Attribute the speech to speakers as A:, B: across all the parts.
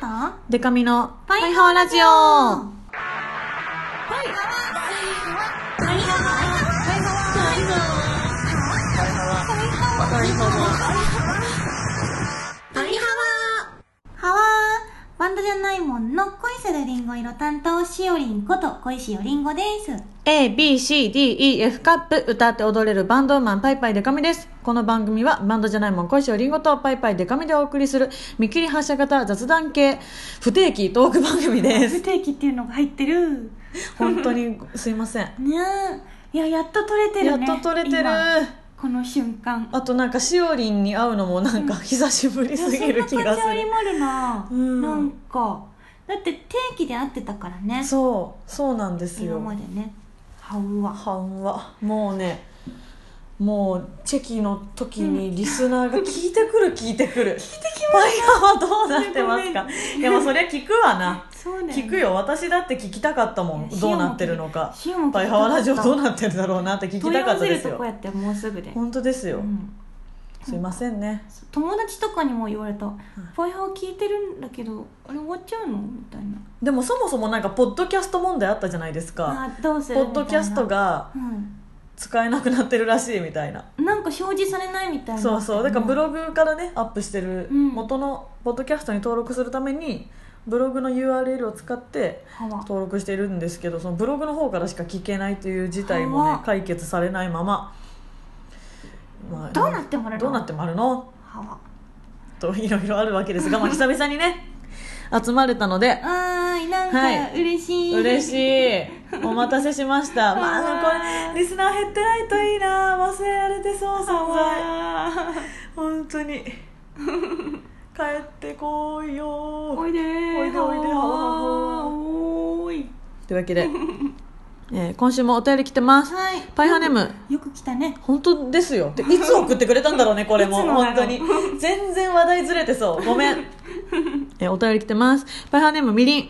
A: と
B: デカミの
A: パ
B: パ
A: イ
B: イ
A: ハ
B: ハ
A: ー
B: ー
A: ラ
B: ラ
A: ジ
B: ジ
A: オ
B: オ
A: ハワーバンドじゃないもんの恋するりんご色担当しおりんこと恋しおりんごです
B: A, B, C, D, E, F カップ歌って踊れるバンドウーマンパイパイデカミです。この番組はバンドじゃないもん恋しおりんごとパイパイデカミでお送りする見切り発車型雑談系不定期トーク番組 です。
A: 定期っていうのが入ってる
B: 本当にすいません。
A: ねえいややっと撮れて
B: や
A: る
B: っ
A: ね
B: と撮れてる。
A: 今この瞬間
B: あとなんかしおりんに会うのもなんか久しぶり
A: いや
B: す
A: そ
B: ぎ
A: んな
B: る
A: 感じ
B: 気がす
A: あり
B: る。
A: まるな、
B: うん
A: なんかだって定期で会ってたからね
B: そう、そうなんです
A: 今
B: よ。
A: までねはうわ
B: 半はもうねもうチェキの時にリスナーが聞いてくる聞いてくる聞いてきましたはどうなってますかいやもうそりゃ聞くわな
A: そうだね
B: 聞くよ私だって聞きたかったもん
A: いや
B: どうなってるのか
A: シオンも聞きたかっ
B: パ
A: た
B: イハワラジオ どうなってるだろうなって聞き
A: 問い
B: た
A: 合
B: かっ
A: わ
B: た
A: せ
B: で
A: る
B: す
A: とこ
B: よ
A: やってもうすぐで、
B: 本当です
A: う
B: よ
A: ん
B: すいませんね
A: そう友達とかにも言われた「パイハワ聞いてるんだけどあれ終わっちゃうの?」みたいな
B: でもそもそもなんかポッドキャスト問題あったじゃないで
A: 「
B: すか
A: あどうす
B: ポ
A: る?」
B: ッドキャストが
A: みたいな、うん
B: 使えなくなってるらしいみたいな
A: なんか表示されないみたいな
B: そうそうだからブログからねアップしてる
A: うん
B: 元のポッドキャストに登録するためにブログの URL を使って
A: ハワ
B: 登録しているんですけどそのブログの方からしか聞けないという事態も
A: は
B: ね
A: あ
B: 解決されないまま、まあ
A: どうなってもらうの
B: どうなってもあるの
A: ハワ
B: といろいろあるわけですが、まあ、久々 にね集まれたので
A: あーいなん
B: は
A: か嬉しい、
B: 嬉し
A: い
B: いお待たせしましたまあ でもこれリスナー減ってないといいな忘れられてそう存在本当 に帰ってこいよ
A: おいでー
B: おいでおいで
A: ハワ
B: ハワ
A: おーい
B: というわけで、 えー今週もお便り来てます
A: はい
B: パイハーネーム
A: よく来たね
B: 本当ですよでいつ送ってくれたんだろう ねこれも
A: いつのだ
B: 本
A: ろ
B: 当
A: う
B: に全然話題ずれてそうごめ んえーお便り来てますパイハーネームみりん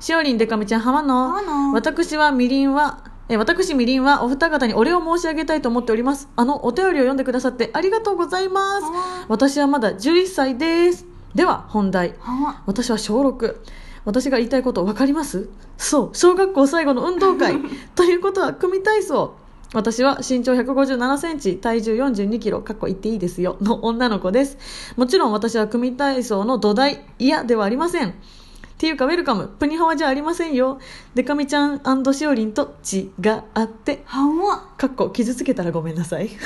B: しおりんでかみちゃんはまの
A: はまの
B: 私はみりんはえー私みりんはお二方にお礼を申し上げたいと思っておりますあのお便りを読んでくださってありがとうございます
A: は
B: 私はまだ11歳ですでは本題
A: ハ
B: 私は小6私が言いたいこと分かりますそう小学校最後の運動会ということは組体操私は身長1 5 7センチ体重4 2キロかっこ言っていいですよの女の子ですもちろん私は組体操の土台嫌ではありませんっていうかウェルカムプニハワじゃありませんよデカミちゃんしおりんと違って
A: ワハワ
B: かっこ傷つけたらごめんなさい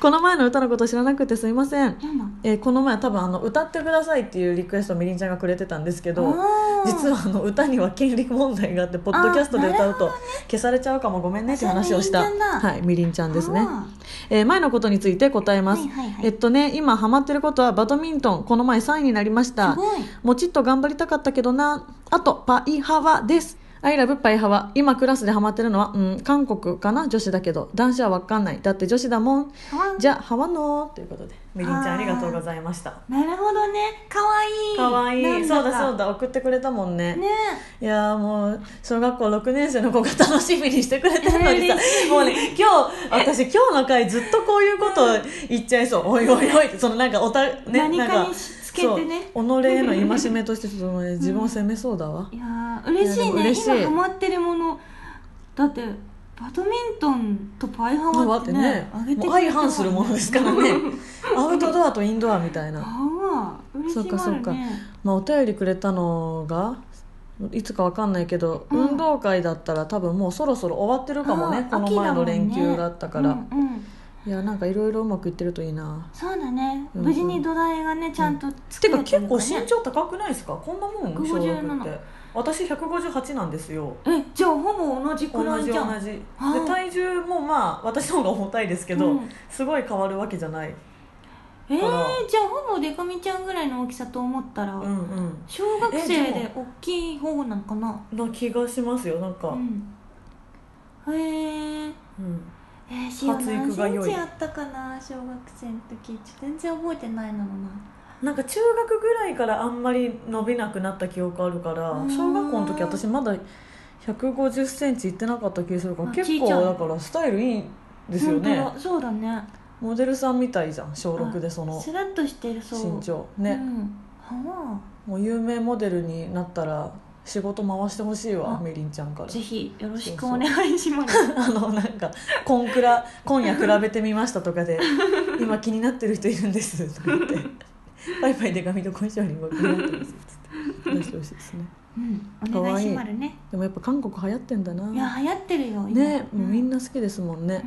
B: この前の歌のこと知らなくてすいません、
A: なんだ
B: えーこの前多分あの歌ってくださいっていうリクエストをみりんちゃんがくれてたんですけど
A: あー
B: 実はあの歌には権利問題があってポッドキャストで歌う
A: あ
B: と消されちゃうかもごめんねって話をした
A: それみりんちゃんだ
B: はい、みりんちゃんですね
A: あ、
B: えー前のことについて答えます、
A: はいはいはい
B: えっとね今ハマってることはバドミントンこの前3位になりました
A: すごい
B: もちっと頑張りたかったけどな。あと、パイハワです。アイラブパイハワ。今クラスでハマってるのは、うん、韓国かな女子だけど、男子はわかんない。だって女子だもん。
A: ハワ
B: じゃあ、ハワのーということで、みりんちゃん
A: あー
B: ありがとうございました。
A: なるほどねかわいい
B: かわいい。そうだそう
A: だ
B: だ、送ってくれたもんね。
A: ね
B: いやーもう、小学校6年生の子が楽しみにしてくれてるのにさ
A: えー嬉、
B: もうね、今日、私今日の回ずっとこういうこと言っちゃいそう。おいおいおいって、そのなんかおた、ね、
A: 何かに
B: なん
A: つけてね
B: そう己への戒めとして、ちょっとね自分を責めそうだわ。
A: いやー嬉しい
B: いやでも
A: ね
B: 嬉しい
A: 今ハマってるものだってバドミントンとパイハ
B: だ
A: ワ
B: っ
A: って
B: て
A: ね
B: ね
A: あげて
B: もう相反するものですからね アウトドアとインドアみたいな、
A: ああ嬉しい
B: そうか
A: もあ
B: そう
A: る
B: か
A: ね
B: まあ、お便りくれたのがいつかわかんないけど、
A: うん
B: 運動会だったら多分もうそろそろ終わってるかも
A: あ
B: ね
A: ー
B: この
A: 秋だ
B: 前
A: も
B: の
A: んね
B: 連休があったから、
A: うんうん
B: いやなんかいろいろうまくいってるといいな
A: そうだね
B: うん
A: 無事に土台がねちゃんと
B: て
A: 作
B: か
A: れて
B: 結
A: る
B: 構
A: らね
B: 身長高くないですかこんなもん小学って
A: 157
B: 私158なんですよ
A: えじゃあほぼ同じ
B: 同
A: くらい
B: じ
A: じ
B: 同
A: ゃん
B: じで
A: あー
B: 体重もまあ私の方が重たいですけど、
A: うん
B: すごい変わるわけじゃない
A: えー、じゃあほぼデカミちゃんぐらいの大きさと思ったら、
B: うんうん
A: 小学生で
B: えで
A: 大きい方なのかな
B: な気がしますよなんか、
A: うんへえー、
B: うん
A: えー、しお
B: 発
A: 何
B: 育
A: セ
B: が良い
A: ンチあったかな小学生の時全然覚えてないなのな
B: なんか中学ぐらいからあんまり伸びなくなった記憶あるから
A: うん
B: 小学校の時私まだ1 5 0ンチいってなかった気がするから
A: あ
B: 結
A: ちいちゃ
B: 構
A: い
B: だからスタイルいいですよね
A: 本当だそうだね
B: モデルさんみたいじゃん小6でその
A: スラッとしてるそう
B: 身長
A: う
B: ね
A: ん、ほ
B: もう有名モデルになったら仕事回してほしいわ
A: あ
B: みりんちゃんか
A: う
B: ら
A: ぜひよろしくお願いします
B: あのなんか「今くら今夜比べてみました」とかで「今気になってる人いるんです」とか言って「バイバイで紙と今週にも気になってます」って出してほしいですね
A: うん
B: か
A: お願
B: わ
A: い
B: いい
A: しまるね
B: でもやっぱ韓国流行ってんだ
A: いや
B: な
A: 流行ってるよ今
B: ねもうみん
A: な
B: な好きですもん
A: う
B: ね
A: ん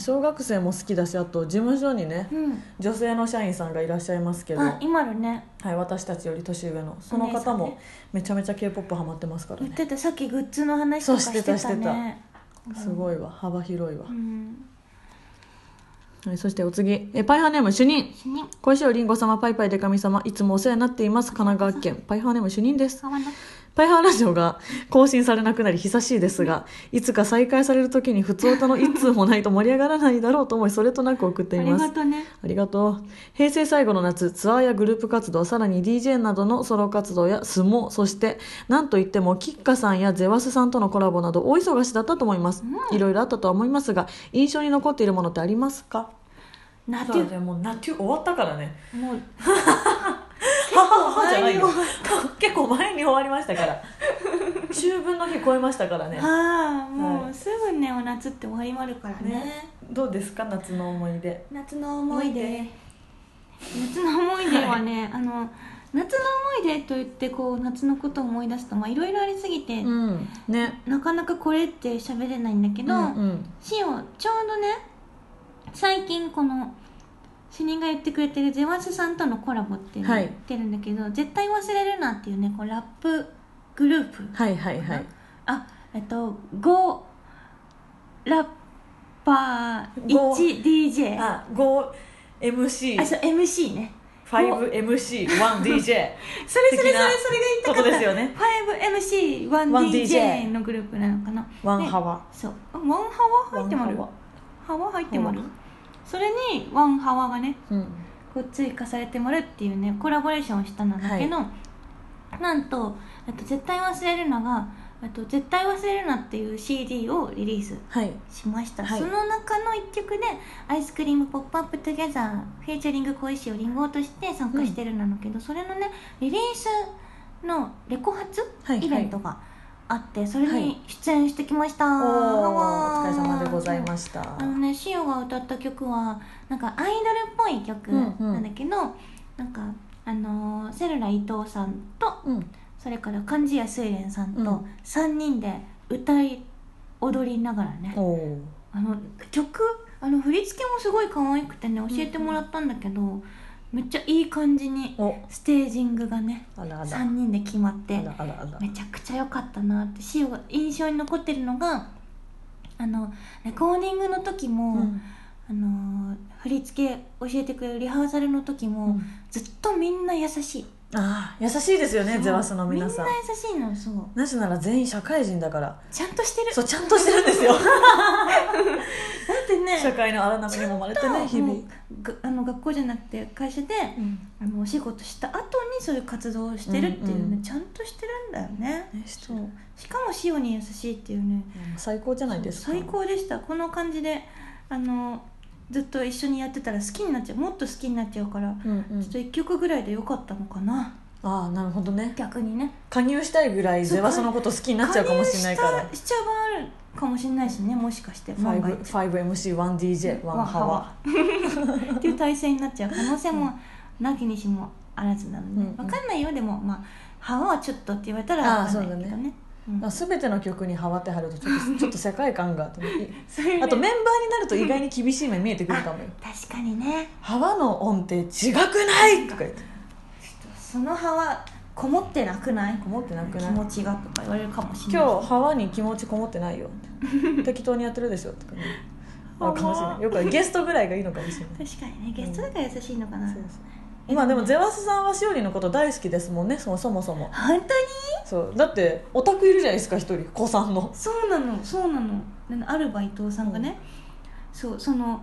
B: 小学生も好きだしあと事務所にね
A: うん
B: 女性の社員さんがいらっしゃいますけど、
A: あ
B: は
A: 今るね
B: い、私たちより年上のその方
A: お姉さん
B: も
A: ね
B: めちゃめちゃ k p o p ハマってますから
A: 言っ
B: ね
A: てたさっきグッズの話とか
B: そう
A: し
B: してて
A: たね
B: たす
A: い、
B: ごいわ幅広いわ
A: う、ん、
B: はい、そしてお次えパイハーネーム主任
A: 主任
B: 小石尾りんご様パイパイでかみ様いつもお世話になっています神奈川県パイハーネーム主任です
A: 使わな
B: パイハーラジオが更新されなくなり久しいですがいつか再開される時に普通歌の一通もないと盛り上がらないだろうと思いそれとなく送ってい
A: あり
B: ます
A: がとね
B: ありがとう。平成最後の夏、ツアーやグループ活動、さらに DJ などのソロ活動や相撲、そして、なんといっても、キッカさんやゼワスさんとのコラボなど、大忙しだったと思います。いろいろあったとは思いますが、印象に残っているものってありますか
A: ナテュ
B: もう夏終わったから ね。
A: もう
B: 母じゃないよ
A: 前に。
B: 結構前に終わりましたから。中分の日超えましたからね。
A: ああも
B: は
A: う
B: い
A: すぐねお夏って終わりまるからね
B: ねどうですか夏の思い出。
A: 夏の思い
B: 思い
A: 出夏の思い出 はね、あの夏の思い出といってこう夏のことを思い出すとまあいろいろありすぎて、
B: うん。ね。
A: なかなかこれって喋れないんだけど、
B: うんうん。
A: シオちょうどね最近この主任が言ってくれてるゼワスさんとのコラボっていうの
B: は
A: を
B: い
A: 言ってるんだけど、絶対忘れるなっていうねこうラップグループ
B: はいはいはい。
A: あえっと5ラッパー
B: ゴ
A: 1DJ あ
B: あ、5MC。
A: そう MC ねそれそれそれそれ
B: 5MC1DJ
A: が
B: 的な
A: 言いたか
B: こと
A: っ
B: で
A: た
B: すよね
A: 5MC1DJ のグループなのかな
B: ワン
A: ね
B: ハワ
A: そうあワンハワ入ってもある
B: ワン
A: ハワ入ってもある
B: ハワ
A: それにワンハワがね
B: うん
A: こう追加されてもらうっていうねコラボレーションをしたんだけど、なんとえっと絶対忘れるながえっと絶対忘れるなっていう CD をリリース
B: はい
A: しました、
B: はい
A: その中の1曲で「アイスクリームポップアップトゥギャザー」フィーチャリング小石をりんごとして参加してるなんだけど、それのねリリースのレコ発
B: はい
A: イベントがあって、それに出演してきました、
B: おーお疲れ様でござい
A: す
B: ました
A: あのねシオが歌った曲はなんかアイドルっぽい曲
B: うんうん
A: なんだけど、なんかあのーセルラ伊藤さんと
B: うん
A: それから貫地谷睡蓮さん
B: う
A: と
B: ん
A: 3人で歌い踊りながらね、
B: おお
A: あの曲あの振り付けもすごい可愛くてね教えてもらったんだけど、めっちゃいい感じに
B: お
A: ステージングがね
B: あらあら
A: 3人で決まって
B: あらあらあら
A: めちゃくちゃ良かったなってシオが印象に残ってるのがあのレコーディングの時も、
B: うん
A: あのー振り付け教えてくれるリハーサルの時も、ずっとみんな優しい
B: ああ優しいですよねゼワスの皆さん
A: みんな優しいのそう
B: なぜなら全員社会人だから
A: ちゃんとしてる
B: そうちゃんとしてるんですよ
A: だってね
B: 社会の荒波にもまれてね日々
A: もうがあの学校じゃなくて会社で
B: うん
A: あのお仕事した後にそういう活動をしてるっていうね、
B: うんうん
A: ちゃんとしてるんだよね
B: ねして
A: そ
B: る
A: うしかもシオに優しいっていうね
B: 最高じゃないですか
A: 最高でしたこの感じであのずっと一緒にやってたら好きになっちゃうもっと好きになっちゃうから、
B: うんう
A: ちょっと
B: ん
A: 1曲ぐらいでよかったのかな
B: ああなるほどね
A: 逆にね
B: 加入したいぐらいゼワスのこと好きになっちゃうかもしれないから
A: 加入したしちゃう場合あるかもしれないしねもしかして万が一
B: 5MC1DJ1 ハワ
A: っていう体制になっちゃう可能性もなきにしもあらずなので、
B: うんうん
A: 分かんないよでもまあ幅はちょっとって言われたら
B: あー
A: 分かんないけどねうん
B: あ全ての曲にハワってはるとちょ っとちょっと世界観があって
A: そういうね
B: あとメンバーになると意外に厳しい目見えてくるかもよ
A: 確かにね
B: ハワの音って違くないとか言って
A: その歯はこもってなくない
B: 思ってなくな
A: 気
B: い
A: 持ちがとか言われるかもしれない
B: 今日ハワに気持ちこもってないよ 適当にやってるでしょとかねあるかもしれないよくあるゲストぐらいがいいのかもしれない
A: 確かにねゲストだから優しいのかな、
B: そうそうまあでもゼワスさんはしおりのこと大好きですもんねそもそもそも
A: 本当に
B: そうだってオタクいるじゃないですか一人子さんの
A: そうなのそうなのあのあるバイトさんがね、そうその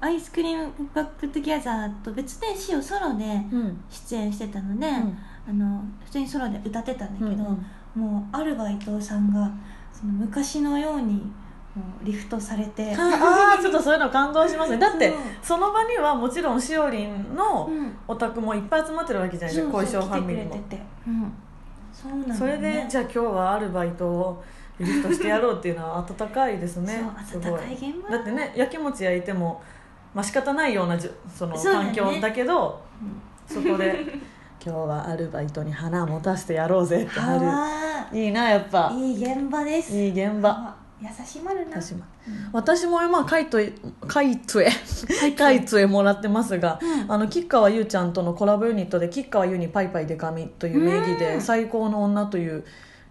A: アイスクリームバックトゥギャザーと別でシオソロで
B: うん
A: 出演してたので、
B: うん
A: あの普通にソロで歌ってたんだ
B: う
A: けど、
B: ん
A: もうアルバイトさんがその昔のようにうリフトされて、
B: ああちょっと そういうの感動しますねだって
A: そう
B: その場にはもちろんしおりん
A: う
B: の
A: ん、
B: お宅もいっぱい集まってるわけじゃないですか恋性ファミリー
A: 来て
B: も
A: くれてて、うん、そうなんだ、ね、
B: それでじゃあ今日はアルバイトをリフトしてやろうっていうのは温かいですね
A: そ
B: す
A: う
B: ご
A: 温
B: い
A: かい現場
B: だってね焼きもち焼いてもまあ仕方ないようなじゅその
A: そうだね
B: 環境だけど
A: うん
B: そ,、こ で今日はアルバイトに花を持たせてやろうぜってな
A: は
B: るいいなやっ
A: あ
B: ぱ
A: いい現場です
B: いい現場
A: あ優しまるな
B: 私も
A: うん
B: 私も今カイトカイト へカイトへもらってますが
A: うん
B: あの吉川優ちゃんとのコラボユニットで「吉川優にパイパイデカミ」という名義
A: う
B: で「
A: ん
B: 最高の女」という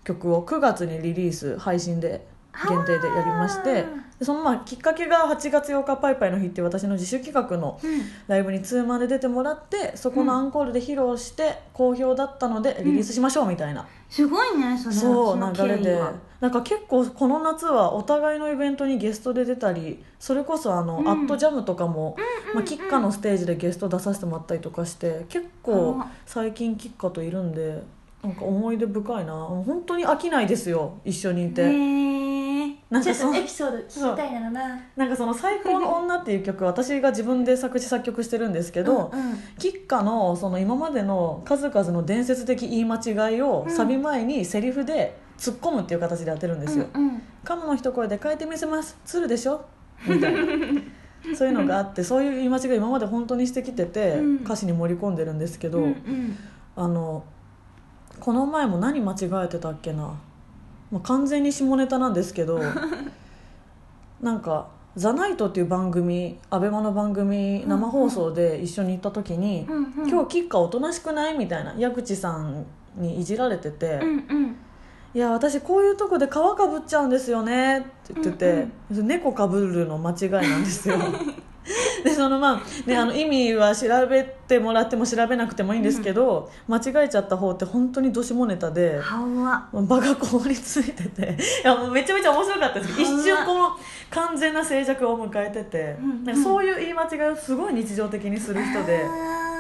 B: 曲を9月にリリース配信で限定でやりまして
A: あ
B: でそのまあきっかけが8月8日「パイパイの日」っていう私の自主企画の
A: ーうん
B: ライブにツーマンで出てもらってそこのアンコールで披露して好評だったのでリリースしましょうみたいな、
A: すごいねそれ
B: そう
A: の
B: 流れ
A: 経緯
B: で
A: は
B: なんか結構この夏はお互いのイベントにゲストで出たりそれこそあの、
A: うん
B: アットジャムとかも、
A: うん
B: まあ、キッカのステージでゲスト出させてもらったりとかして結構
A: あ
B: 最近キッカといるんでなんか思い出深いな本当に飽きないですよ一緒にいて、
A: へえ
B: なん
A: ちょ
B: か
A: っ
B: そ
A: と
B: の
A: エピソード聞きたいなのな
B: なんかその「最高の女」っていう曲私が自分で作詞作曲してるんですけど、
A: うんうん
B: キッカのその今までの数々の伝説的言い間違いを
A: うん
B: サビ前にセリフで突っ込むっていう形で当てるんですよ
A: うんうん
B: 「カモの一声で変えてみせます鶴でしょ」みたいなそういうのがあってそういう言い間違い今まで本当にしてきてて、
A: うん
B: 歌詞に盛り込んでるんですけど、
A: うんうん
B: あのこの前も何間違えてたっけな、まあ、完全に下ネタなんで すけどなんか「ザナイトっていう番組アベマの番組生放送で一緒に行った時に。
A: うんうん
B: 今日キッカおとなしくないみたいな矢口さんにいじられてて「
A: うんうん
B: いや私こういうとこで皮かぶっちゃうんですよね」って言ってて、猫かぶるの間違いなんです よでそのまあ、ね、あの意味は調べてもらっても調べなくてもいいんですけど、間違えちゃった方って本当にどしもネタで
A: はわ
B: 場が凍りついてていやもうめちゃめちゃ面白かったですけど
A: うわ
B: 一瞬この完全な静寂を迎えてて、
A: うんうん
B: なんかそういう言い間違いをすごい日常的にする人で。
A: あ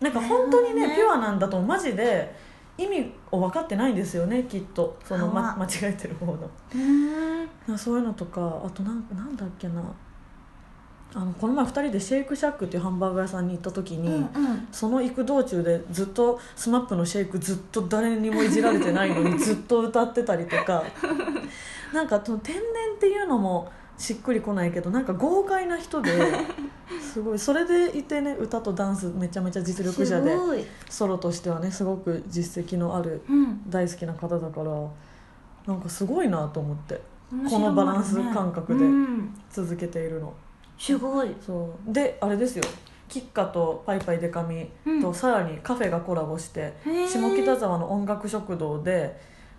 B: なんか本当に
A: な
B: ね
A: るほどね
B: ピュアなんだとマジで意味を分かってないんですよねきっとその、ま
A: あ、
B: 間違えてる方の
A: ーうーん
B: なそういうのとかあとなんなんだっけなあのこの前2人でシェイクシャックっていうハンバーガー屋さんに行った時に、
A: うんうん
B: その行く道中でずっと SMAP のシェイクずっと誰にもいじられてない のにずっと歌ってたりとかなんかその天然っていうのもしっくりこないけどなんか豪快な人ですごいそれでいてね歌とダンスめちゃめちゃ実力者です
A: ごい
B: ソロとしてはねすごく実績のある
A: うん
B: 大好きな方だからなんかすごいなと思って
A: 面
B: こ
A: 白いもんね
B: のバランス感覚
A: う
B: で
A: ん
B: 続けているの
A: すごい
B: そうであれですよキッカとパイパイデカミ
A: う
B: と
A: ん
B: さらにカフェがコラボして、
A: へー
B: 下北沢の音楽食堂で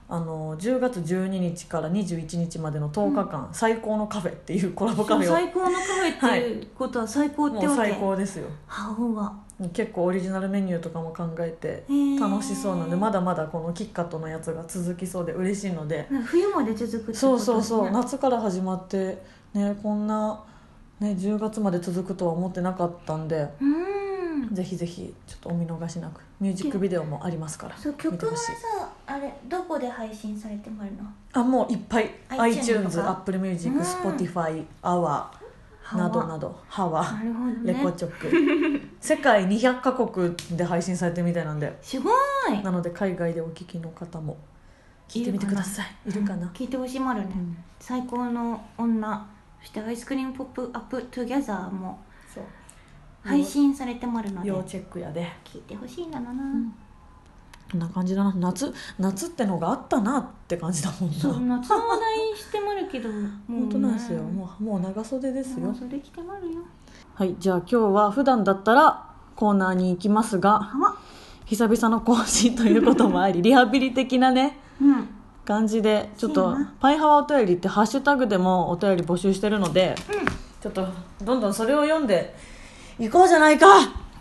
B: あの10月12日から21日までの10日間、最高のカフェっていうコラボカフェを
A: 最高のカフェっていうことは最高っ
B: も
A: て
B: う
A: わ
B: 最
A: け
B: 高ですよ
A: はおわ
B: 結構オリジナルメニューとかも考えて
A: へー
B: 楽しそうなんでまだまだこのキッカとのやつが続きそうで嬉しいので
A: なんか冬まで続くってこと
B: そうそうそう
A: ね
B: 夏から始まってねこんな、ね、10月まで続くとは思ってなかったんで
A: うーん
B: ぜひぜひちょっとお見逃しなくミュージックビデオもありますから
A: そう
B: 見て
A: 曲
B: ほ
A: は
B: し
A: さ
B: い
A: あれどこで配信されてもらうの
B: あもういっぱい
A: iTunes
B: iTunes
A: とか
B: Apple Music
A: うん
B: Spotify アワーなどなどハワ
A: なるほど
B: レコ
A: ね
B: チョク世界200カ国で配信されてるみたいなんです
A: ごい
B: なので海外でお聞きの方も聞いてみてくださいいるかな
A: 聞いてほしいまるね、
B: うん
A: 最高の女そしてアイスクリームポップアップトゥギャザーも
B: そう
A: 配信されてまるので
B: 要チェックやで
A: 聞いてほしいなのな、
B: こんな感じだな夏夏ってのがあったなって感じだもん
A: そう
B: な
A: 夏の話題してまるけどもう、ね、
B: 本当なんですよもうもう長袖です
A: も
B: よ
A: うそれ来てまるよ
B: はいじゃあ今日は普段だったらコーナーに行きます
A: あ
B: が
A: わ
B: 久々の更新ということも ありリハビリ的なね
A: うん
B: 感じでちょっ
A: そう
B: と
A: やな
B: 「パイハワお便り」ってハッシュタグでもお便り募集してるので、ちょっとどんどんそれを読んでいこうじゃないか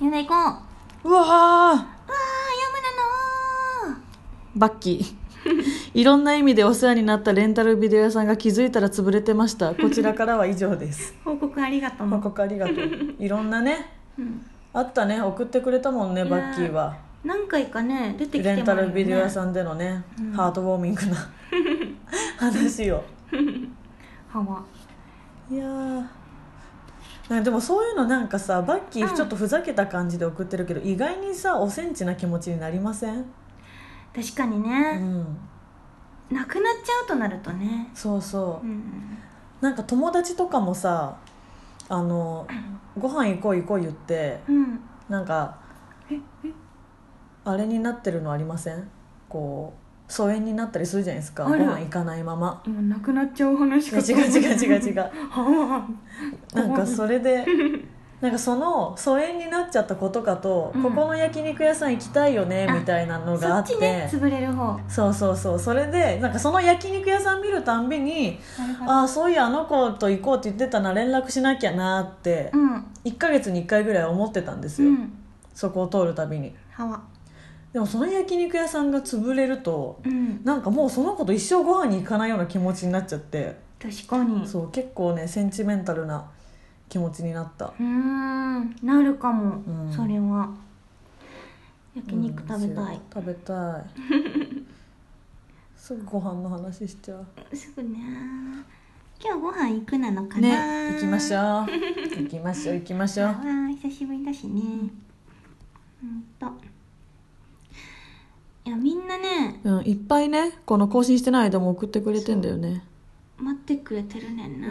A: ゆな行こうあ
B: うわー
A: あーやむなの
B: バッキー いろんな意味でお世話になったレンタルビデオ屋さんが気づいたら潰れてましたこちらからは以上です
A: 報告ありがとう
B: 報告あり がとういろんなね
A: うん、
B: あったね送ってくれたもんね
A: ね
B: バッキーは
A: 何回かね出てきて
B: レンタルビデオ屋
A: ん
B: さんでのね、
A: うん
B: ハートウォーミングな話を
A: 歯は。
B: いやーなんかでもそういうのなんかさバッキ
A: うん
B: ーちょっとふざけた感じで送ってるけど、意外にさおセンチな気持ちになりません、
A: 確かに
B: う
A: ね、
B: ん、
A: なくなっちゃうとなるとね。
B: そうそう、
A: うん。
B: なんか友達とかもさあのご飯行こう行こう言って
A: うん。
B: なんか
A: え、え、
B: あれになってるのありませんこう疎遠になったりするじゃないですか
A: あ
B: ご
A: ら
B: 飯行かないまま
A: 今なくなっちゃう話
B: 違
A: か
B: う
A: と思った
B: 違う違う違う
A: はあ
B: なんかそ れでなんかその疎遠になっちゃった子とかと、
A: うん
B: ここの焼肉屋さん行きたいよねみたいなのが
A: そ
B: あ
A: っ
B: って
A: ちね潰れる方
B: そうそうそうそれでなんかその焼肉屋さん見るたんびに
A: なるほど
B: ああそういやあの子と行こうって言ってたな連絡しなきゃなって
A: うん
B: 1ヶ月に1回ぐらい思ってたんです
A: う
B: よ、
A: ん
B: そこを通るたびに
A: 歯は
B: でもその焼肉屋さんが潰れると
A: うん
B: なんかもうその子と一生ご飯に行かないような気持ちになっちゃって、
A: 確かにう
B: そう結構ねセンチメンタルな気持ちになった
A: ーんなるかも、
B: うん
A: それは焼肉食べたい、
B: 食べたいすぐご飯の話しちゃう
A: すぐね今日ご飯行くなのかな、
B: ね行きましょ
A: う
B: う行きましょう行きましょう
A: あ久しぶりだしねうんといやみんなね
B: うん、いっぱいねこの更新してない間も送ってくれてんだよね
A: 待ってくれてるねんな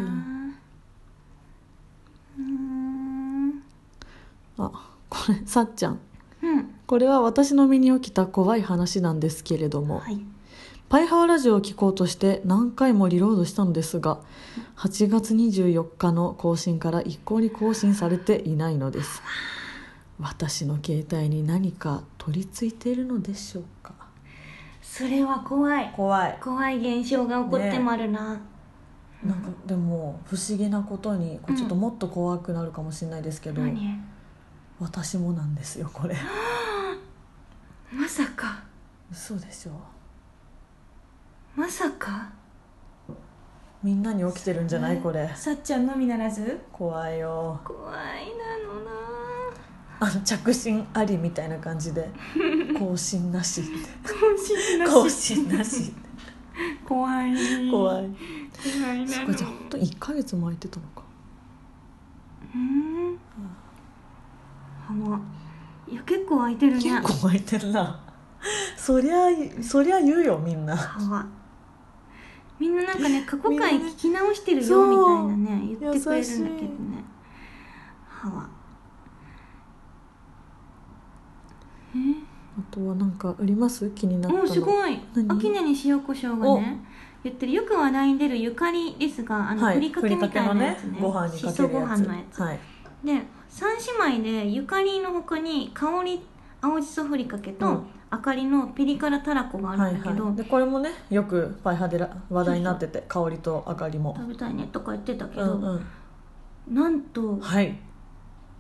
A: うーん
B: あこれさっちゃん
A: うん
B: これは私の身に起きた怖い話なんですけれども、
A: はい
B: パイハワラジオを聞こうとして何回もリロードしたのですが8月24日の更新から一向に更新されていないのです私の携帯に何か取り付いているのでしょうか
A: それは怖い
B: 怖い
A: 怖い現象が起こってもあるな、
B: なんかでも不思議なことにこれちょっともっと怖くなるかもしれないですけど、
A: 何
B: 私もなんですよこれ
A: まさか
B: 嘘でしょ
A: まさか
B: みんなに起きてるんじゃないこれ
A: さっちゃんのみならず
B: 怖いよ
A: 怖いなのな
B: あの着信ありみたいな 感じで更新なしって更
A: 怖い
B: 新なしって
A: 怖い
B: 怖い
A: 怖い
B: そ
A: な
B: こ
A: の
B: じゃ本当一1ヶ月も空いてたのか
A: うんあのいや結構空いてるね
B: 結構空いてるなそりゃそりゃ言うよみんな
A: 怖いみんななんか ね過去
B: みんな
A: 回
B: ね
A: 聞き直してるよ
B: そう
A: みたいなね言ってくれるんだけど
B: 優し
A: ね歯はえ
B: あとは何かあります気になった
A: も
B: の
A: うすごい
B: 何
A: 秋根に塩コショウがね言ってるよく話題に出るゆかりですがあの、
B: はい
A: ふりかけみたいなやつね
B: ふりかけのねご飯に
A: し
B: か
A: そ
B: ける
A: ご
B: や
A: 飯
B: つ
A: のやつ、
B: はい
A: で三姉妹でゆかりの他に香り青じそふりかけと、
B: うん
A: あかりのピリ辛たらこがあ
B: は
A: る
B: い
A: んだけど、
B: はいでこれもねよくパイハでら話題になってて香りとあかりも
A: 食べたいねとか言ってたけ
B: う
A: ど、
B: んうん
A: なんと
B: はい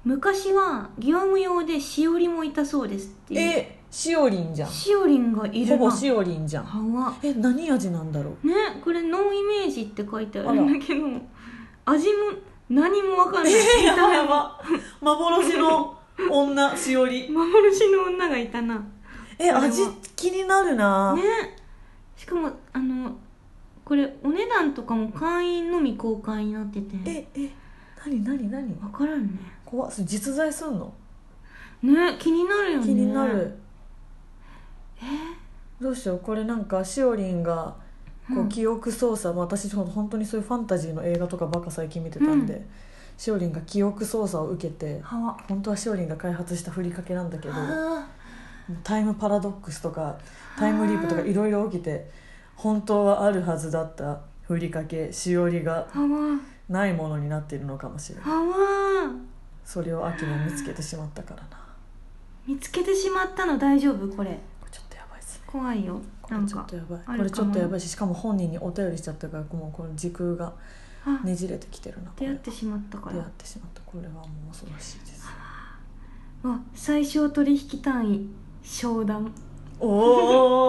A: 昔は業務用でしおりもいたそうですっていう
B: えしおりんじゃん
A: しおりんがい
B: ほ
A: る
B: ぼ
A: な
B: しおりんじゃん
A: はわ
B: え何味なんだろう
A: ねこれノーイメージって書いてあるんだけど味も何もわかんない、
B: えやばいやば幻の女しおり
A: 幻の女がいたなね
B: え味気になるな、
A: しかもあのこれお値段とかも会員のみ公開になってて
B: ええ何何何
A: わからんね
B: 怖っそれ実在すんの
A: ね気になるよね
B: 気になる、どうしようこれなんかしおりんがこ
A: う
B: うん記憶操作、まあ私ほん本当にそういうファンタジーの映画とかばっか最近見てたんで、
A: う
B: しおりんが記憶操作を受けて
A: はわ
B: 本当はしおりんが開発したふりかけなんだけど
A: あ
B: タイムパラドックスとかタイムリープとかいろいろ起きて本当はあるはずだったふりかけしおりが
A: ーはわ
B: ないものになっているのかもしれない
A: はわ
B: それを秋も見つけてしまったからな
A: 見つけてしまったの大丈夫これ
B: これちょっとやばいですね
A: 怖いよ
B: こ
A: な
B: れ
A: ん
B: ちょ
A: か
B: っとやば
A: あるかも
B: いこれちょっとやばいししかも本人にお便りしちゃったからもうこの時空が
A: あ
B: ねじれてきてるなこ
A: 出
B: れ
A: 会
B: は
A: ってしまったか
B: 出
A: ら
B: 会ってしまったこれはもう恐ろしい です
A: あ最小取引単位商談
B: お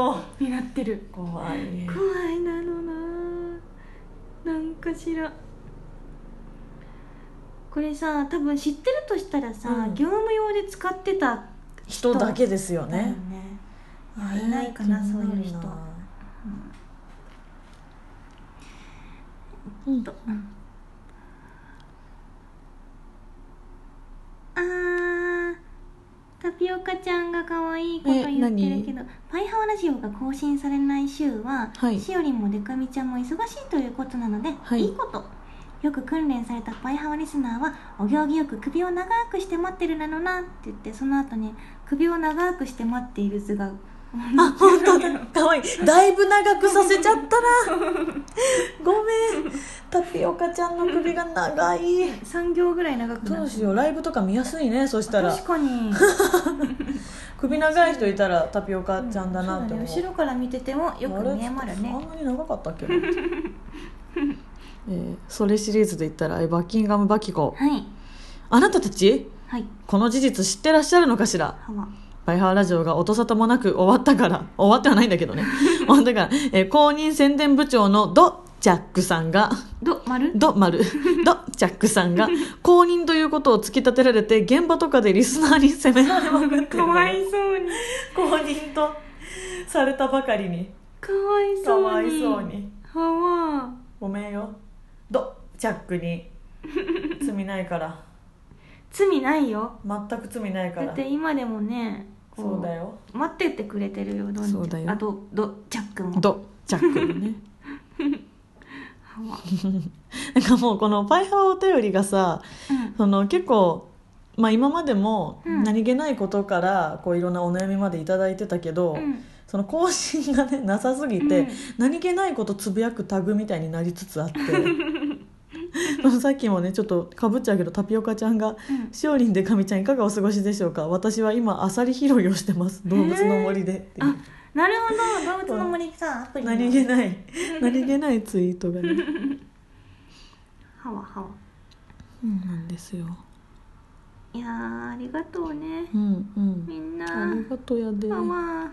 B: お
A: になってる
B: 怖いね
A: 怖いなのななんかしらこれさ多分知ってるとしたらさ、
B: うん
A: 業務用で使ってた
B: 人だけですよ
A: だよ
B: ね
A: いやいないかなそういう人
B: な
A: えっ
B: うん
A: と、うんあータピオカちゃんが可愛いこと
B: え
A: 言ってる
B: 何
A: けど「パイハワラジオ」が更新されない週は、
B: はい
A: しおりんもでかみちゃんも忙しいということなので、、
B: はいい
A: いことよく訓練されたパイハワリスナーはお行儀よく首を長くして待ってるなのなって言ってその後に首を長くして待っている図が
B: あ本 当だかわいいだいぶ長くさせちゃったな ごめんタピオカちゃんの首が長い
A: 3行ぐらい長くな
B: ど
A: る
B: うしようライブとか見やすいねそしたら
A: 確かに
B: 首長い人いたらタピオカちゃんだなって思う,あ
A: そう
B: れ、
A: だね後ろから見ててもよく見えまる
B: あ
A: ね
B: んまり長かったっけな えーそれシリーズで言ったらえーバッキンガム・バキコ
A: はい
B: あなたたち
A: はい
B: この事実知ってらっしゃるのかしら
A: ハワ
B: バイハーラジオが音沙汰もなく終わったから、終わってはないんだけどね。 終わったから、えー公認宣伝部長のド・ジャックさんが、
A: ど丸
B: ド・ マル、ド・ジャックさんが、公認ということを突き立てられて、現場とかでリスナーに責められまくってる。
A: かわいそうに
B: 公認とされたばかりに、
A: かわい
B: か
A: そうに
B: わいそうに。
A: ハワ
B: ごめんよ。ド・ジャックに、罪ないから。
A: 罪ないよ
B: 全く罪ないか
A: だ
B: ら
A: っ。て今でもねこ
B: そうだよ。
A: 待っててくれてるよどん
B: そうだよ
A: あとどジャックも
B: ド・ジャックにね。
A: ハワ
B: なんかもうこのパイハワお便りがさ、
A: うん
B: その結構、まあ、今までも
A: うん
B: 何気ないことからこういろんなお悩みまでいただいてたけど、
A: うん
B: その更新がね なさすぎて、
A: うん
B: 何気ないことつぶやくタグみたいになりつつ あってさっきもねちょっとかぶっちゃうけどタピオカちゃんが
A: うん
B: 「しおりんでかみちゃんいかがお過ごしでしょうか私は今アサリ拾いをしてます動物の森で」っていう
A: あなるほど動物の森さアプリの
B: 何気ない何気ないツイートがね、
A: ハワハワ
B: うん、なんですよ。
A: いやーありがとうね
B: うんうん
A: みんな
B: ありがとうやで。
A: ハワ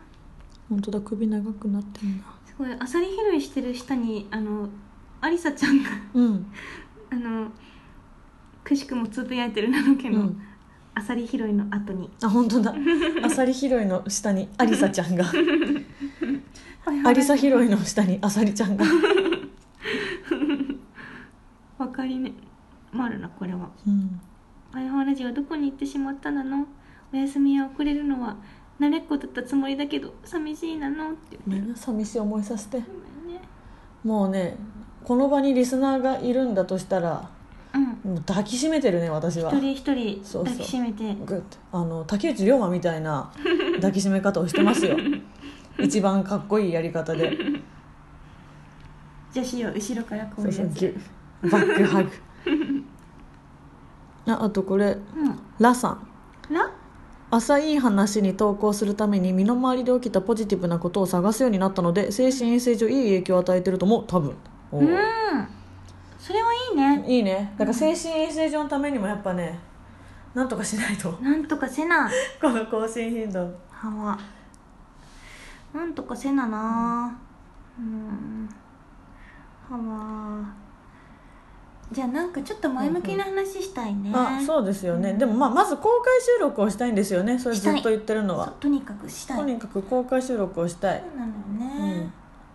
B: 本当だ首長くなってんな。
A: すごいアサリ拾いしてる下にあのアリサちゃんが
B: うん。
A: あのくしくもつぶやいてるなのけ
B: う
A: の、
B: ん。
A: アサリ拾いの後に
B: あ本当だ。アサリ拾いの下にアリサちゃん が、アリサ拾いの下にアサリちゃんが。
A: わかりねまるなこれは
B: うん。
A: 「パイハワラジオどこに行ってしまったなのお休みは遅れるのは慣れっこだったつもりだけど寂しいなの」って
B: みんな寂しい思いさせて。
A: ごめんね
B: もうね、この場にリスナーがいるんだとしたら、
A: うん
B: もう抱きしめてるね私は。
A: 一人一人
B: そうそう
A: 抱きしめて
B: グッとあの竹内涼真みたい な抱きしめ方をしてますよ。一番かっこいいやり方で。
A: 女子を後ろからこうい
B: そ
A: う
B: うそう
A: やつ
B: ぎゅバックハグ。ああとこれ
A: うん
B: ラさん。
A: ら
B: 朝いい話に投稿するために身の回りで起きたポジティブなことを探すようになったので精神衛生上いい影響を与えてると思う多分お
A: う
B: ー
A: んそれはいいね
B: いいねだから精神衛生上のためにもやっぱねなんとかしないと
A: なんとかせな
B: この更新頻度
A: ハワなんとかせななうんハワじゃあなんかちょっと前向きな話したいね
B: あそうですよね、でもまあまず公開収録をしたいんですよねそれずっと言ってるの
A: そう
B: は
A: とにかくしたい
B: と
A: そう
B: にかく公開収録をしたい
A: なのよね、